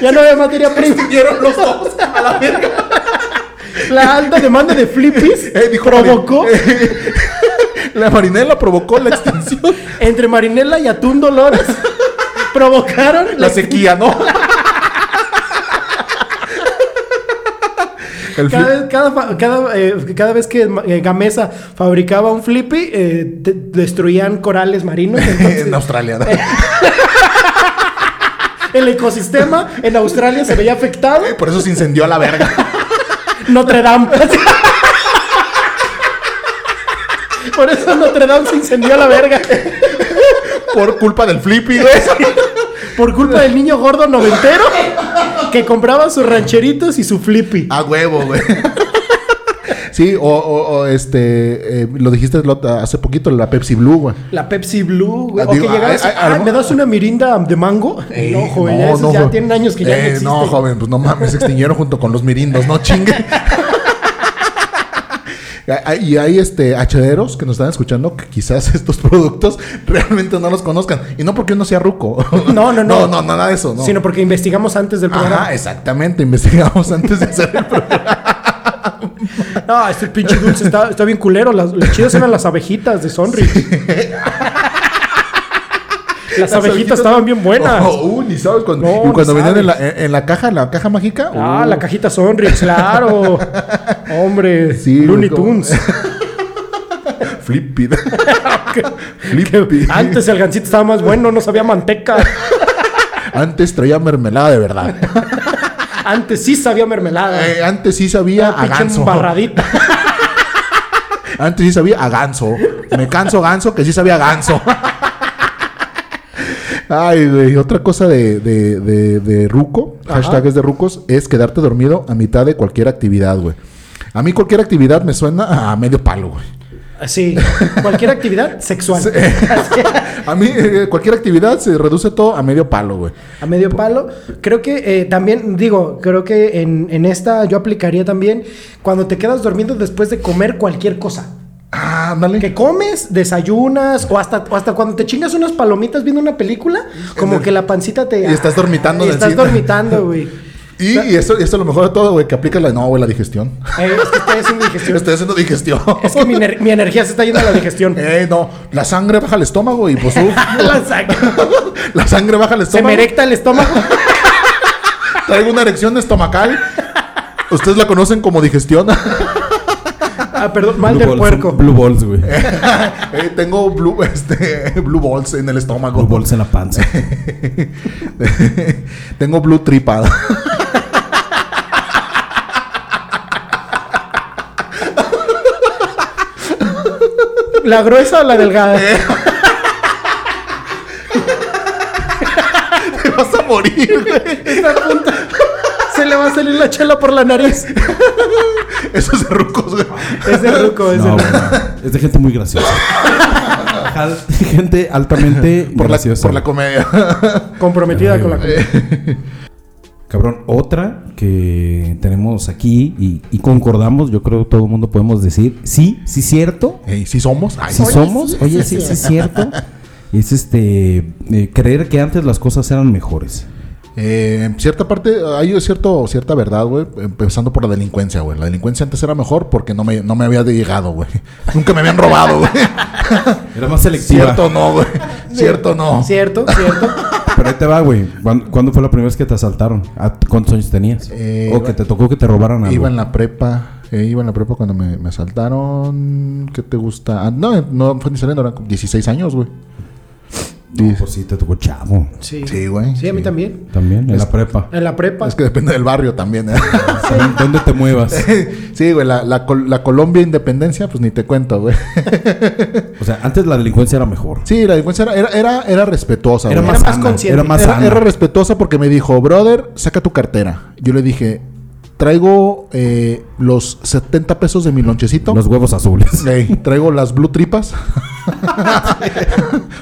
Speaker 3: ya no había materia prima.
Speaker 6: Extinguieron los dos a la verga.
Speaker 3: La alta demanda de Flippies
Speaker 6: Eh, dijo
Speaker 3: provocó
Speaker 6: La marinela provocó la extinción.
Speaker 3: entre Marinela y Atún Dolores. *laughs* provocaron la
Speaker 6: La sequía, ¿no? El
Speaker 3: Cada
Speaker 6: flip-
Speaker 3: vez, cada, fa- cada, eh, cada vez que ma- eh, Gamesa fabricaba un flippy, eh, de- destruían corales *laughs* marinos. entonces,
Speaker 6: en Australia. ¿no?
Speaker 3: *laughs* el ecosistema en Australia se veía afectado.
Speaker 6: Por eso se incendió a la verga.
Speaker 3: Notre Dame. *laughs* Por eso Notre Dame se incendió a la verga.
Speaker 6: Por culpa del flippy, güey.
Speaker 3: Por culpa del niño gordo noventero que compraba sus rancheritos y su flippy.
Speaker 6: A huevo, güey. Sí, o, o- o, este, eh, lo dijiste lo- hace poquito, la Pepsi Blue, güey.
Speaker 3: La Pepsi Blue, güey.
Speaker 6: Ah,
Speaker 3: O que
Speaker 6: digo,
Speaker 3: llegabas,
Speaker 6: ay, ay,
Speaker 3: "Ah,
Speaker 6: algo-
Speaker 3: ¿me das una mirinda de mango? no, joven, ya, esos ya
Speaker 6: joven.
Speaker 3: tienen años que ya
Speaker 6: Eh,
Speaker 3: no existen.
Speaker 6: No, joven, pues no mames, se extinguieron junto con los mirindos, no chingue. *laughs* Ah, Y hay este HDeros que nos están escuchando que quizás *laughs* estos productos realmente no los conozcan. Y no porque uno sea ruco.
Speaker 3: *laughs* No, no, no.
Speaker 6: No, no, nada de eso. No.
Speaker 3: Sino porque investigamos antes del programa.
Speaker 6: Ajá, exactamente. Investigamos antes
Speaker 3: *laughs*
Speaker 6: de hacer el programa.
Speaker 3: No, este pinche dulce está, está *laughs* bien culero. Las, las chidas eran las abejitas de Sonri. Las abejitas estaban bien buenas.
Speaker 6: Oh, uh, ni sabes cuando,
Speaker 3: No,
Speaker 6: y cuando
Speaker 3: ni
Speaker 6: venían en la,
Speaker 3: sabes.
Speaker 6: en la caja, la caja mágica.
Speaker 3: Ah,
Speaker 6: uh,
Speaker 3: la cajita Sonrix,
Speaker 6: *laughs*
Speaker 3: claro. Hombre,
Speaker 6: Sí, güey,
Speaker 3: Looney
Speaker 6: como-
Speaker 3: Tunes.
Speaker 6: *laughs* uh, Flippy. *laughs*
Speaker 3: *laughs* Que
Speaker 6: Flippy.
Speaker 3: Antes el gancito estaba más bueno, no sabía manteca.
Speaker 6: Antes traía mermelada de verdad.
Speaker 3: Antes sí sabía mermelada.
Speaker 6: Eh, antes sí sabía a
Speaker 3: Ah. Pinche
Speaker 6: ganso.
Speaker 3: embarradita.
Speaker 6: Antes sí sabía a ganso. Me canso ganso que sí sabía
Speaker 3: *laughs*
Speaker 6: a ganso. Ay, güey. Otra cosa de, de, de, de Ruco, hashtag es de Rucos, es quedarte dormido a mitad de cualquier actividad, güey. A mí cualquier actividad me suena a medio palo, güey.
Speaker 3: Sí, cualquier actividad sexual.
Speaker 6: A mí eh, cualquier actividad se reduce todo a medio palo, güey.
Speaker 3: A medio palo. Creo que eh, también, digo, creo que en, en esta yo aplicaría también cuando te quedas durmiendo después de comer cualquier cosa.
Speaker 6: Ah, dale.
Speaker 3: Que comes, desayunas o hasta, o hasta cuando te chingas unas palomitas viendo una película, como que la pancita te...
Speaker 6: Y estás dormitando
Speaker 3: Y
Speaker 6: en el
Speaker 3: estás
Speaker 6: cine.
Speaker 3: dormitando,
Speaker 6: *laughs*
Speaker 3: güey.
Speaker 6: Y, y eso, eso es lo mejor de todo, güey, que aplicas la no, güey, la digestión.
Speaker 3: Eh, es que estoy haciendo digestión.
Speaker 6: Estoy haciendo digestión.
Speaker 3: Es que mi, ener- mi energía se está yendo a la digestión.
Speaker 6: *laughs* Eh, no, la sangre baja al estómago y pues uf,
Speaker 3: *laughs* La saca.
Speaker 6: *laughs* la sangre baja al
Speaker 3: Se me
Speaker 6: estómago.
Speaker 3: erecta el estómago.
Speaker 6: Traigo una erección estomacal. Ustedes la conocen como digestión. *laughs*
Speaker 3: Ah, perdón, mal
Speaker 5: Blue
Speaker 3: del
Speaker 5: Balls,
Speaker 3: puerco.
Speaker 5: Blue Balls, güey.
Speaker 6: Eh, tengo blue, este, blue balls en el estómago.
Speaker 5: Blue Balls en la panza.
Speaker 6: *laughs* tengo blue tripa.
Speaker 3: ¿La gruesa o la delgada?
Speaker 6: *laughs* Eh. Te vas a morir, güey.
Speaker 3: Se le va a salir la chela por la nariz.
Speaker 6: Esos rucos, güey.
Speaker 3: Es de ruco, es de
Speaker 5: No,
Speaker 3: ruco.
Speaker 5: güey, no. Es de gente muy graciosa. Al- gente altamente
Speaker 6: Por la,
Speaker 5: graciosa.
Speaker 6: por la comedia. *laughs*
Speaker 3: Comprometida
Speaker 5: Ay,
Speaker 3: con la
Speaker 5: güey. Cabrón, otra que tenemos aquí y, y concordamos, yo creo que todo el mundo podemos decir, sí, sí cierto,
Speaker 6: Ey, ¿Sí somos? Ay,
Speaker 5: sí
Speaker 6: sí.
Speaker 5: somos, oye, sí, sí cierto. Es este, eh, creer que antes las cosas eran mejores.
Speaker 6: Eh, en cierta parte, hay cierto, cierta verdad, güey. Empezando por la delincuencia, güey. La delincuencia antes era mejor porque no me, no me había llegado, güey. Nunca me habían robado, güey.
Speaker 5: Era más selectiva.
Speaker 6: Cierto
Speaker 5: *laughs*
Speaker 6: no, güey. Cierto no.
Speaker 3: Cierto, cierto.
Speaker 5: Pero ahí te va, güey. ¿Cuándo, cuándo fue la primera vez que te asaltaron? ¿A- ¿Cuántos años tenías?
Speaker 6: Eh,
Speaker 5: o que te tocó que te robaran algo.
Speaker 6: Iba en la prepa. eh, iba en la prepa cuando me, me asaltaron. ¿Qué te gusta? Ah, no, no fue ni saliendo, eran como 16 años, güey.
Speaker 5: No, pues sí, te tocó chavo.
Speaker 3: Sí.
Speaker 6: Sí, güey.
Speaker 3: Sí, a mí
Speaker 6: sí.
Speaker 3: también.
Speaker 5: También, en la
Speaker 6: *laughs*
Speaker 5: prepa.
Speaker 3: En la prepa.
Speaker 6: Es que depende del barrio también. ¿eh? *laughs*
Speaker 5: ¿Dónde te muevas?
Speaker 6: sí, güey, la, la, Col- la Colombia Independencia, pues ni te cuento, güey. *laughs*
Speaker 5: O sea, antes la delincuencia era mejor.
Speaker 6: Sí, la delincuencia era, era, era, era respetuosa,
Speaker 5: Era
Speaker 6: güey.
Speaker 5: más,
Speaker 3: más
Speaker 5: sana,
Speaker 3: consciente.
Speaker 5: Era más
Speaker 6: Era,
Speaker 5: sana.
Speaker 6: era respetuosa porque me dijo, brother, saca tu cartera. Yo le dije, traigo eh, los 70 pesos de mi lonchecito.
Speaker 5: Los huevos
Speaker 6: *laughs*
Speaker 5: azules.
Speaker 6: Ey, traigo las blue tripas.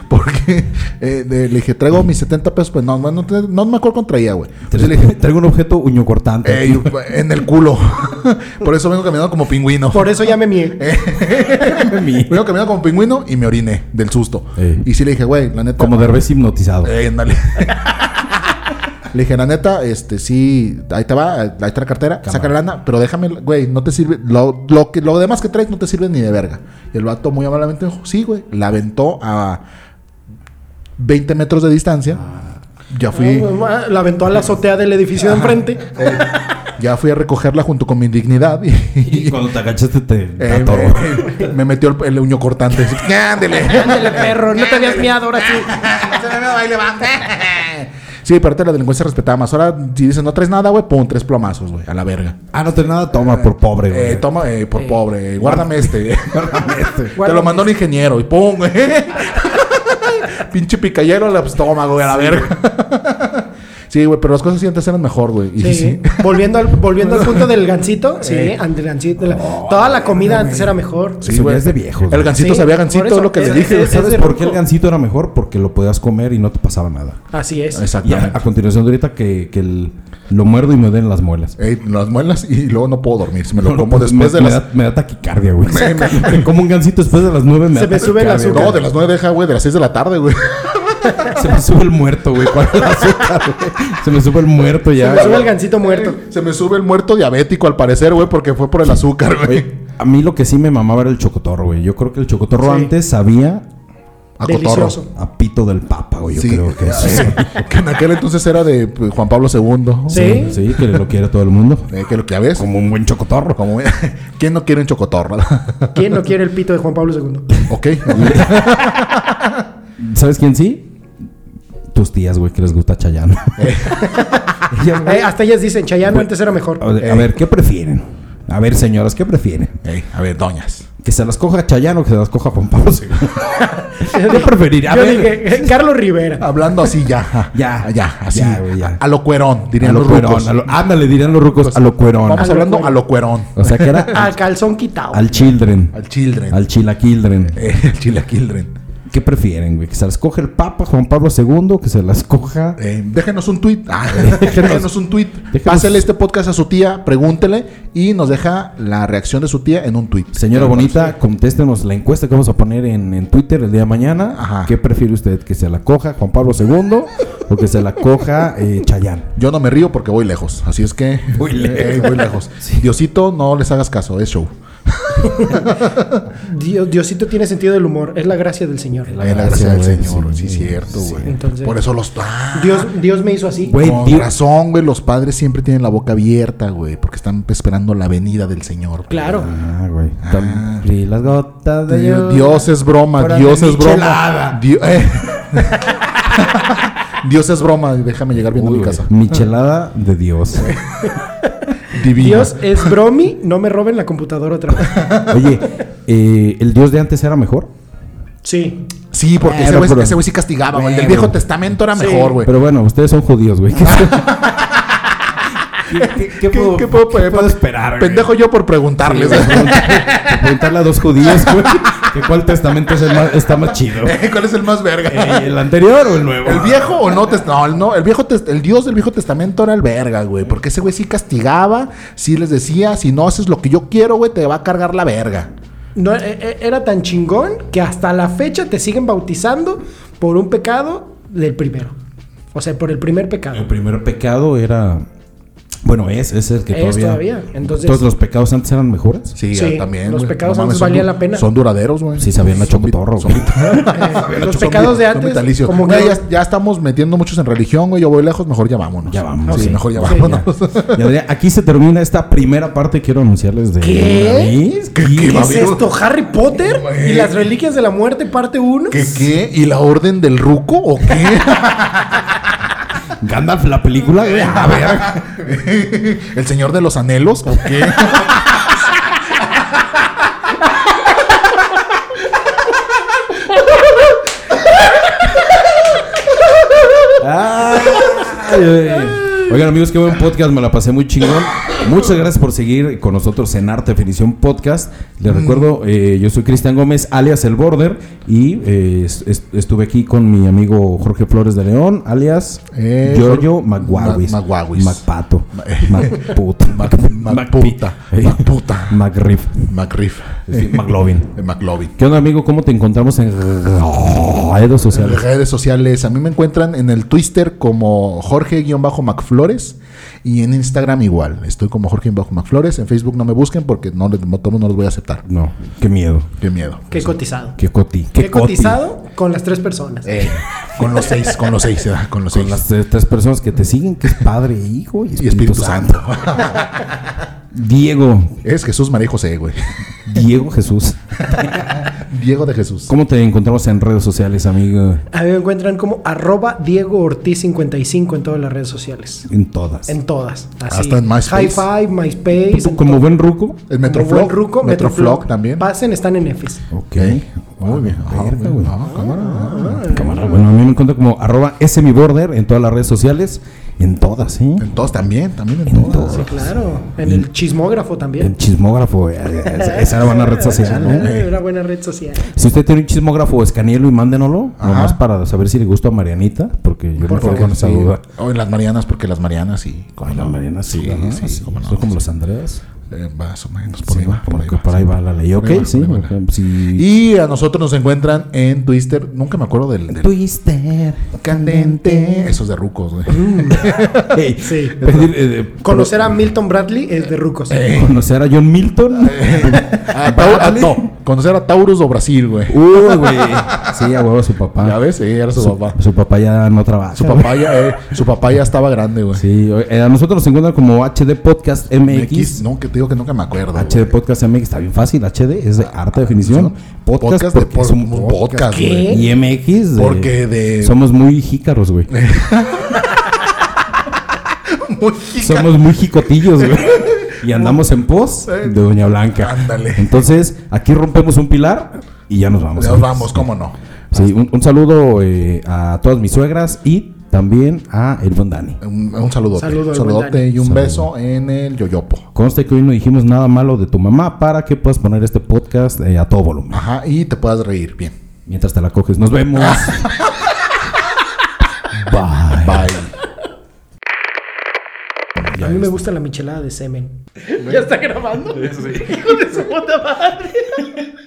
Speaker 6: Porque eh, de- le dije, traigo mis 70 pesos. Pues no, no, no, te- no me acuerdo cuánto traía, güey. Entonces le dije,
Speaker 5: Traigo un objeto uño cortante.
Speaker 6: "Ey,
Speaker 5: *laughs*
Speaker 6: en el culo. *laughs* Por eso vengo caminando como pingüino.
Speaker 3: Por eso ya me mié.
Speaker 6: *laughs* Vengo caminando como pingüino y me oriné del susto.
Speaker 5: Ey.
Speaker 6: Y sí le dije, güey, la neta.
Speaker 5: Como Derbez hipnotizado.
Speaker 6: Ey, ándale. Le dije, la neta, este, sí, ahí te va, ahí está la cartera, saca la lana, pero déjame, güey, no te sirve, lo, lo, que, lo demás que traes no te sirve ni de verga. Y el vato muy amablemente dijo, sí, güey, la aventó a 20 metros de distancia.
Speaker 5: Ah.
Speaker 6: Ya fui,
Speaker 3: Ah, La aventó a la azotea del edificio de enfrente.
Speaker 6: ya fui a recogerla junto con mi dignidad y,
Speaker 5: Y cuando te agachaste te *laughs*
Speaker 6: *laughs*
Speaker 5: te
Speaker 6: eh,
Speaker 5: atoró.
Speaker 6: me, me metió el, el uño
Speaker 5: *laughs*
Speaker 6: cortante. Así, Ándele.
Speaker 3: Ándale, perro. No te habías miado ahora sí.
Speaker 6: *laughs* Sí, pero antes la delincuencia respetaba más. Ahora, si dicen, no traes nada, güey, pum, tres plomazos, güey, a la verga.
Speaker 5: Ah, no tenés nada, toma por pobre, güey.
Speaker 6: Eh, toma, eh, por pobre, eh, *laughs* guárdame este.
Speaker 5: Guárdame este.
Speaker 6: Te lo mandó un ingeniero y ¡pum! güey. *laughs* Pinche picayero al estómago, güey, a la verga. *laughs* sí, güey, pero las cosas sí antes eran mejor, güey. Y
Speaker 3: Sí.
Speaker 6: sí.
Speaker 3: Volviendo, al, volviendo al punto del gancito. Sí, ante el gancito. la- toda la comida antes era mejor.
Speaker 5: Eso ya es de viejos,
Speaker 6: El
Speaker 5: güey.
Speaker 6: gancito
Speaker 3: Sí,
Speaker 6: sabía
Speaker 3: por
Speaker 6: gancito,
Speaker 3: eso,
Speaker 6: es lo que
Speaker 3: es-
Speaker 6: le
Speaker 3: es-
Speaker 6: dije.
Speaker 3: es-
Speaker 6: ¿sabes?
Speaker 5: ¿Sabes
Speaker 3: de
Speaker 5: por qué el
Speaker 3: ruco.
Speaker 5: gancito era mejor? Porque lo podías comer y no te pasaba nada.
Speaker 3: Así es.
Speaker 5: Y a,
Speaker 6: *laughs* Exactamente.
Speaker 5: a continuación de ahorita que, que el- lo muerdo y me den las muelas.
Speaker 6: Ey, las muelas y luego no puedo dormir. Si Eh, me lo
Speaker 5: No, no,
Speaker 6: como
Speaker 5: pues,
Speaker 6: después
Speaker 5: me,
Speaker 6: de
Speaker 5: me
Speaker 6: las.
Speaker 5: da, me da taquicardia,
Speaker 6: *laughs*
Speaker 5: güey. Me como un gancito después de las nueve me
Speaker 3: Se
Speaker 5: da
Speaker 3: me sube el
Speaker 5: taquicardia,
Speaker 3: azúcar.
Speaker 6: No, de las nueve deja, güey, de las seis de la tarde, güey.
Speaker 5: güey. Se me sube el muerto, güey. ¿Cuál es el azúcar, güey? Se me sube el muerto ya.
Speaker 3: Me sube el gancito muerto.
Speaker 6: Se me sube el muerto diabético al parecer, güey, porque fue por el azúcar, güey.
Speaker 5: Oye, a mí lo que sí me mamaba era el chocotorro, güey. Yo creo que el chocotorro
Speaker 3: Sí.
Speaker 5: antes sabía
Speaker 6: A
Speaker 3: Delicioso.
Speaker 6: cotorro.
Speaker 5: A pito del papa, güey, yo
Speaker 6: Sí.
Speaker 5: creo que es eso.
Speaker 6: *laughs* Que en aquel entonces era de pues, Juan Pablo II.
Speaker 3: Sí.
Speaker 5: Sí, que lo quiere todo el mundo.
Speaker 6: Eh, que lo que ya ves.
Speaker 5: Como un buen chocotorro.
Speaker 6: Como- *laughs* ¿Quién no quiere un chocotorro? *laughs*
Speaker 3: ¿Quién no quiere el pito de Juan Pablo II?
Speaker 5: *laughs*
Speaker 6: ok.
Speaker 5: ¿Sabes quién sí? Tus tías, güey, que les gusta Chayano.
Speaker 3: Eh, hasta ellas dicen, Chayano antes era mejor.
Speaker 5: A ver, a ver, ¿qué prefieren? A ver, señoras, ¿qué prefieren?
Speaker 6: Ey, a ver, doñas.
Speaker 5: ¿Que se las coja Chayano o que se las coja Juan Pablo II? ¿Qué preferiría? A
Speaker 3: Yo
Speaker 5: ver.
Speaker 3: dije, eh, Carlos
Speaker 6: *laughs*
Speaker 3: Rivera.
Speaker 6: Hablando así
Speaker 5: *laughs*
Speaker 6: ya.
Speaker 5: Ya,
Speaker 6: ya, así.
Speaker 5: ya, güey, ya.
Speaker 6: A, a lo cuerón,
Speaker 5: A
Speaker 6: dirían
Speaker 5: lo
Speaker 6: los
Speaker 5: cuerón.
Speaker 6: rucos.
Speaker 5: a lo- ándale, dirían los rucos a lo cuerón.
Speaker 6: Vamos hablando a lo cuerón.
Speaker 5: O sea, que era
Speaker 3: Al
Speaker 5: al,
Speaker 3: calzón quitado.
Speaker 5: al children.
Speaker 6: Al children.
Speaker 5: Al chilaquildren.
Speaker 6: *laughs* Eh, el chilaquildren.
Speaker 5: ¿Qué prefieren, güey? ¿Que se las coja el Papa Juan Pablo II? ¿Que se las coja...?
Speaker 6: Eh, déjenos un tweet. Ah, *laughs* déjenos un tweet.
Speaker 5: Eh, Déjenos-
Speaker 6: Pásele este podcast a su tía, pregúntele y nos deja la reacción de su tía en un tweet.
Speaker 5: Señora Bonita, contéstenos la encuesta que vamos a poner en, en Twitter el día de mañana.
Speaker 6: Ajá.
Speaker 5: ¿Qué prefiere usted? ¿Que se la coja Juan Pablo II o que se la coja eh, Chayán?
Speaker 6: Yo no me río porque voy lejos. Así es que.
Speaker 5: *laughs* Voy lejos.
Speaker 6: Eh,
Speaker 5: *laughs*
Speaker 6: voy lejos. Diosito, no les hagas caso, es show.
Speaker 3: Dios- Diosito tiene sentido del humor. Es la gracia del Señor.
Speaker 5: La
Speaker 6: Eh, la
Speaker 5: gracia,
Speaker 6: gracia del
Speaker 5: güey,
Speaker 6: Señor.
Speaker 5: sí,
Speaker 6: Sí,
Speaker 5: sí,
Speaker 6: cierto,
Speaker 5: sí.
Speaker 6: güey.
Speaker 3: Entonces-
Speaker 6: Por eso los. ¡Ah!
Speaker 3: Dios, Dios me hizo así.
Speaker 5: Güey,
Speaker 6: Con
Speaker 5: Dios-
Speaker 6: razón, güey, los padres siempre tienen la boca abierta, güey, porque están esperando la venida del Señor.
Speaker 3: Claro.
Speaker 5: Ah, güey.
Speaker 6: Ah.
Speaker 5: Y las gotas de
Speaker 6: Dios,
Speaker 5: lluvia.
Speaker 6: Dios es broma,
Speaker 5: Fuera
Speaker 6: Dios
Speaker 5: de
Speaker 6: es broma.
Speaker 5: michelada.
Speaker 6: Dios, eh. *laughs* Dios es broma, déjame llegar bien a
Speaker 5: Uy,
Speaker 6: mi
Speaker 5: güey,
Speaker 6: casa.
Speaker 5: Michelada de Dios.
Speaker 6: Divino.
Speaker 3: Dios es bromi, no me roben la computadora otra
Speaker 6: *laughs*
Speaker 3: vez.
Speaker 5: Oye, eh, ¿el Dios de antes era mejor?
Speaker 3: Sí.
Speaker 6: Sí, porque
Speaker 5: Eh,
Speaker 6: ese güey
Speaker 5: pero-
Speaker 6: ese güey sí castigaba, güey. El del
Speaker 5: Bueno.
Speaker 6: Viejo Testamento era
Speaker 3: Sí.
Speaker 6: mejor, güey.
Speaker 5: Pero bueno, ustedes son judíos,
Speaker 6: *laughs*
Speaker 5: güey. ¿Qué, qué- qué puedo,
Speaker 6: qué puedo-
Speaker 5: qué puedo
Speaker 6: pe-
Speaker 5: esperar, güey?
Speaker 6: Pendejo yo por preguntarles.
Speaker 5: Por preguntar- por preguntarle a dos judíos, güey, que cuál testamento es el más- está más
Speaker 6: *laughs*
Speaker 5: chido.
Speaker 6: güey. ¿Cuál es el más verga?
Speaker 5: ¿El anterior o el nuevo?
Speaker 6: ¿El viejo o no? tes- No, el no, el viejo tes- el dios del viejo testamento era el verga, güey. Porque ese güey sí castigaba, sí les decía, si no haces lo que yo quiero, güey, te va a cargar la verga.
Speaker 3: No, e- e- era tan chingón que hasta la fecha te siguen bautizando por un pecado del primero. O sea, por el primer
Speaker 5: El
Speaker 3: pecado.
Speaker 5: primer pecado era. Bueno, es, es el que
Speaker 3: Es
Speaker 5: todavía.
Speaker 3: todavía, entonces-
Speaker 5: Todos los pecados antes eran mejores.
Speaker 6: Sí,
Speaker 3: Sí,
Speaker 6: también.
Speaker 3: los
Speaker 6: güey.
Speaker 3: pecados antes
Speaker 6: son
Speaker 3: valían
Speaker 6: du-
Speaker 3: la pena.
Speaker 6: Son duraderos, güey.
Speaker 5: Sí, sabían a
Speaker 6: Son vi-
Speaker 5: chocotorro,
Speaker 6: son
Speaker 5: güey. *laughs*
Speaker 3: Eh,
Speaker 6: Son
Speaker 3: los
Speaker 6: vi-
Speaker 3: pecados de
Speaker 6: son
Speaker 3: antes,
Speaker 6: vitalicios.
Speaker 3: como que
Speaker 6: Güey, ya, ya estamos metiendo muchos en religión, güey. Yo voy lejos, mejor ya vámonos.
Speaker 5: Ya vámonos,
Speaker 6: Sí,
Speaker 5: sí.
Speaker 6: mejor ya
Speaker 3: Sí,
Speaker 6: vámonos.
Speaker 5: Y Adrián, aquí se termina esta primera parte. Quiero anunciarles de.
Speaker 3: ¿Qué?
Speaker 5: ¿Qué? ¿Qué?
Speaker 3: ¿Qué es esto? ¿Harry Potter? ¿Y las reliquias de la muerte parte 1?
Speaker 6: *laughs* ¿Qué, ¿Qué? ¿Y la orden del ruco o qué?
Speaker 5: Gandalf, la película. güey.
Speaker 6: A ver. *laughs* ¿El señor de los anhelos o qué?
Speaker 5: Ay, ay. Oigan amigos, qué buen podcast, me la pasé muy chingón. Muchas gracias por seguir con nosotros en Arte Definición Podcast. Les recuerdo, eh, yo soy Cristian Gómez, alias El Border, y eh, es- est- estuve aquí con mi amigo Jorge Flores de León, alias
Speaker 6: Eh,
Speaker 5: Giorgio
Speaker 6: Ma-
Speaker 5: Maguawis.
Speaker 6: Maguawis.
Speaker 5: Macpato. *laughs* Macputa.
Speaker 6: Macputa.
Speaker 5: Ey.
Speaker 6: Macputa.
Speaker 5: *laughs* Macrif.
Speaker 6: McRiff.
Speaker 5: Sí, McLovin.
Speaker 6: Eh, *laughs* McLovin.
Speaker 5: ¿Qué onda amigo? ¿Cómo te encontramos en redes sociales?
Speaker 6: redes sociales. A mí me encuentran en el Twitter como Jorge-MacFlores y en Instagram igual. Estoy como Jorge-MacFlores. En Facebook no me busquen porque no, les, no, todos no los voy a aceptar.
Speaker 5: No, qué miedo.
Speaker 6: Qué miedo.
Speaker 3: Qué cotizado.
Speaker 5: Qué coti.
Speaker 3: Qué,
Speaker 5: coti.
Speaker 3: cotizado con las tres personas.
Speaker 6: Eh, con los seis, con los seis, ¿verdad? con los
Speaker 5: Con
Speaker 6: seis.
Speaker 5: las tres, tres personas que te siguen, que es Padre, Hijo y Espíritu,
Speaker 6: Y Espíritu
Speaker 5: Santo.
Speaker 6: Santo.
Speaker 5: Diego,
Speaker 6: *laughs* es Jesús María y José, güey. *laughs*
Speaker 5: Diego Jesús.
Speaker 6: Diego de Jesús.
Speaker 5: ¿Cómo te encontramos en redes sociales, amigo?
Speaker 3: A mí me encuentran como arroba Diego Ortiz 55 en todas las redes sociales.
Speaker 5: En todas.
Speaker 3: En todas. Así.
Speaker 6: Hasta en MySpace.
Speaker 3: Hi-Fi, MySpace.
Speaker 5: ¿Tú
Speaker 3: en
Speaker 5: como
Speaker 3: todo.
Speaker 5: buen ruco?
Speaker 6: El
Speaker 3: Como
Speaker 6: Metroflog.
Speaker 3: buen ruco,
Speaker 6: Metroflog
Speaker 3: Metroflog.
Speaker 6: también.
Speaker 3: Pasen, están en EFES.
Speaker 5: Ok.
Speaker 6: Muy bien. Ah,
Speaker 5: Verga, güey.
Speaker 6: ah, cámara, ah.
Speaker 5: Cámara, Bueno, a mí me encuentro como arroba ese mi border en todas las redes sociales. En todas, ¿eh? ¿sí?
Speaker 6: En todos también, también en,
Speaker 5: En
Speaker 6: todos.
Speaker 5: todas.
Speaker 3: Sí, claro. En el chismógrafo también.
Speaker 5: El chismógrafo, eh, esa esa era buena red social,
Speaker 3: Ah,
Speaker 5: ¿eh?
Speaker 3: Una buena red social.
Speaker 5: Si usted tiene un chismógrafo, escaneelo y mándenoslo.
Speaker 6: Ajá.
Speaker 5: Nomás para saber si le gusta a Marianita, porque yo
Speaker 6: Por
Speaker 5: no tengo
Speaker 6: favor,
Speaker 5: con esa
Speaker 6: sí.
Speaker 5: duda.
Speaker 6: O en las Marianas, porque las Marianas sí.
Speaker 5: Con la Mariana, sí,
Speaker 6: Sí,
Speaker 5: ¿no?
Speaker 6: sí,
Speaker 5: Sí,
Speaker 6: cómo no,
Speaker 5: Son como los Andreas.
Speaker 6: Eh, más o menos, por ahí
Speaker 5: Sí,
Speaker 6: va. Por ahí
Speaker 5: porque
Speaker 6: va,
Speaker 5: por
Speaker 6: sí.
Speaker 5: ahí va la ley. Ok,
Speaker 6: Por ahí va,
Speaker 5: sí.
Speaker 6: por ahí va.
Speaker 5: ok, sí.
Speaker 6: Y a nosotros nos encuentran en Twister. Nunca me acuerdo del. del-
Speaker 5: Twister
Speaker 6: candente. Esos de rucos, güey.
Speaker 5: Ey,
Speaker 3: *laughs* Sí.
Speaker 5: pedir, eh, de- Eh,
Speaker 3: Conocer a Milton Bradley es de rucos.
Speaker 6: *laughs*
Speaker 5: conocer a John Milton.
Speaker 6: A Paul- a- ah, no, conocer a Taurus o Brasil, güey.
Speaker 5: Uy, güey. Sí, a huevo su papá.
Speaker 6: Ya ves, eh, era su,
Speaker 5: Su,
Speaker 6: papá.
Speaker 5: su papá ya no trabaja. *laughs*
Speaker 6: Su papá ya, eh, su papá ya estaba grande, güey.
Speaker 5: Sí, eh, a nosotros nos encuentran como HD Podcast MX.
Speaker 6: X, no, que te digo que nunca me acuerdo. güey.
Speaker 5: HD Podcast MX está bien fácil. HD es de arte definición. Podcast,
Speaker 6: Podcast de
Speaker 5: porque
Speaker 6: por,
Speaker 5: somos-
Speaker 6: podcast,
Speaker 3: ¿Qué?
Speaker 6: güey.
Speaker 5: Y MX. de-
Speaker 6: Porque de-
Speaker 5: Somos muy jícaros,
Speaker 6: *laughs*
Speaker 5: güey. Somos muy jicotillos,
Speaker 6: *laughs*
Speaker 5: güey. Y andamos en pos de Doña Blanca.
Speaker 6: Ándale.
Speaker 5: Entonces, aquí rompemos un pilar y ya nos vamos.
Speaker 6: Nos vamos, cómo no.
Speaker 5: Sí, un, un saludo eh, a todas mis suegras y también a el buen Dani.
Speaker 6: Un, un saludote.
Speaker 3: Saludo
Speaker 6: un
Speaker 3: al buen
Speaker 6: saludote
Speaker 3: Dani.
Speaker 6: y un
Speaker 5: Saludo.
Speaker 6: beso en el yoyopo.
Speaker 5: Conste que hoy no dijimos nada malo de tu mamá para que puedas poner este podcast eh, a todo volumen.
Speaker 6: Ajá, y te puedas reír bien.
Speaker 5: Mientras te la coges, nos
Speaker 6: *laughs*
Speaker 5: vemos. Bye.
Speaker 6: Bye.
Speaker 3: A mí me gusta la michelada de semen.
Speaker 4: ¿Ya está grabando? Hijo de su puta madre.